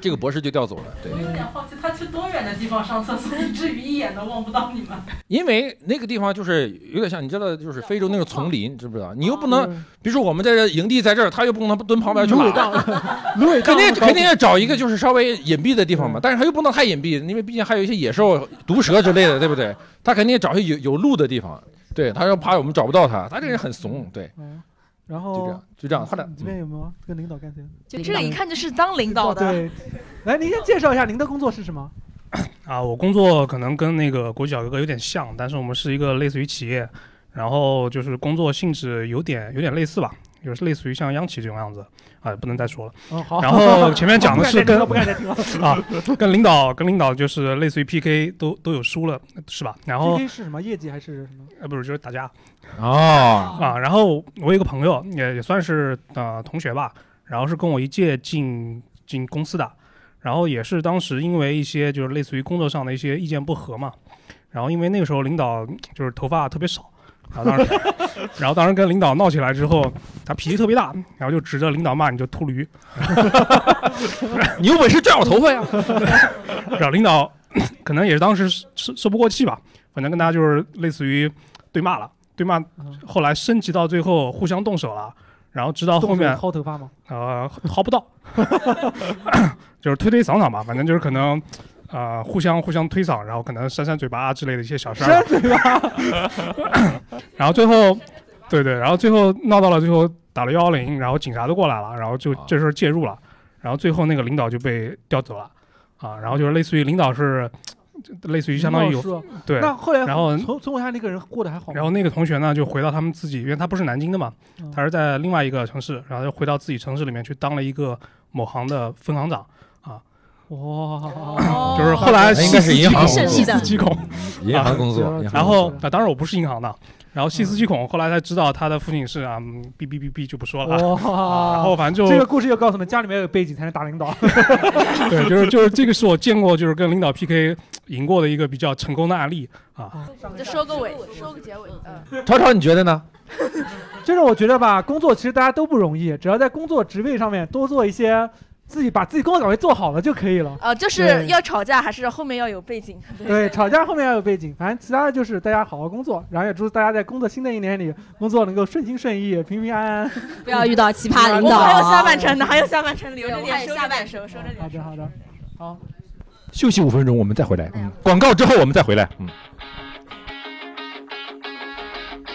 这个博士就调走了。对，有点好奇，他去多远的地方上厕所，以至于一眼都望不到你们？因为那个地方就是有点像你知道，就是非洲那个丛林，知不知道？你又不能，比如说我们在这营地在这儿，他又不能蹲旁边去芦苇 [laughs] 拉，芦苇肯定肯定要找一个就是稍微隐蔽的地方嘛，但是他又不能太隐蔽，因为毕竟还有一些野兽、毒蛇之类的，对不对？他肯定找一些有有路的地方。对，他要怕我们找不到他，他这个人很怂，对，然后就这样，就这样，后来你这边有没有跟领导干些？这个一看就是当领导的。对，来，您先介绍一下您的工作是什么？啊，我工作可能跟那个国际小哥哥有点像，但是我们是一个类似于企业，然后就是工作性质有点有点类似吧，也是类似于像央企这种样子啊，不能再说了。哦，好。然后 [laughs] 前面讲的是跟我不敢再听了， [laughs] 啊，跟领导跟领导就是类似于 PK 都都有输了是吧？然后 PK 是什么业绩还是什么？呃不是就是打架哦啊，然后我有一个朋友也也算是呃同学吧，然后是跟我一届进进公司的，然后也是当时因为一些就是类似于工作上的一些意见不合嘛，然后因为那个时候领导就是头发特别少，然后当时 [laughs] 然后当时跟领导闹起来之后，他脾气特别大，然后就指着领导骂你就秃驴， [laughs] 你有本事拽我头发呀！然后领导可能也是当时是是受不过气吧，反正跟他就是类似于对骂了，对骂，嗯后来升级到最后互相动手了，然后直到后面薅头发吗？呃薅不 [laughs] 到， [laughs] 就是推推搡搡吧，反正就是可能。呃，互相互相推搡，然后可能扇扇嘴巴啊之类的一些小事儿，扇嘴巴，然后最后，对对，然后最后闹到了最后打了幺幺零，然后警察都过来了，然后就这事儿介入了，啊然后最后那个领导就被调走了，啊，然后就是类似于领导是，类似于相当于哦是吧有对，那后来然后从从我下那个人过得还好吗？然后那个同学呢，就回到他们自己，因为他不是南京的嘛嗯，他是在另外一个城市，然后又回到自己城市里面去当了一个某行的分行长啊，哇，就是后来那应该是银行工细作思极恐，银行工作，银行然工作后啊，当然我不是银行的，然后细思极恐，后来才知道他的父亲是啊，嗯哔哔哔哔就不说了啊，哇，然后反正这个就故事又告诉我们，家里面有背景才能打领 [laughs] 导。 [laughs] 对，就是就是这个是我见过就是跟领导 PK 赢过的一个比较成功的案例啊。就收个尾，收个结尾，嗯。超超，你觉得呢？ [laughs] 就是我觉得吧，工作其实大家都不容易，只要在工作职位上面多做一些，自己把自己工作岗位做好了就可以了。哦啊，就对是要吵架，还是后面要有背景？对，吵架后面要有背景，反正其他的就是大家好好工作，然后也祝大家在工作新的一年里工作能够顺心顺意、平平安安。不要遇到奇葩领我导们啊。[laughs] 还有下半程呢，还有下半程，留着对我点，还有收下着半点，收收着点。好的，好的，好。 [laughs] 休息五分钟，我们再回来。嗯，广告之后我们再回来。嗯，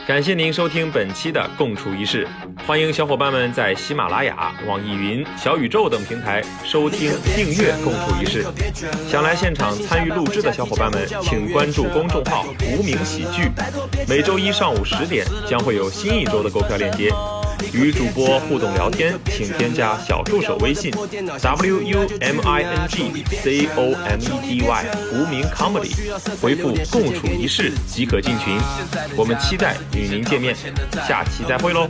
感谢您收听本期的《共处一室》，欢迎小伙伴们在喜马拉雅、网易云、小宇宙等平台收听、订阅《共处一室》。想来现场参与录制的小伙伴们，请关注公众号“无名喜剧”，每周一上午十点将会有新一周的购票链接。与主播互动聊天，请添加小助手微信 w u m i n g c o m e d y 无名 comedy，回复“共处一室”即可进群。我们期待与您见面，下期再会喽。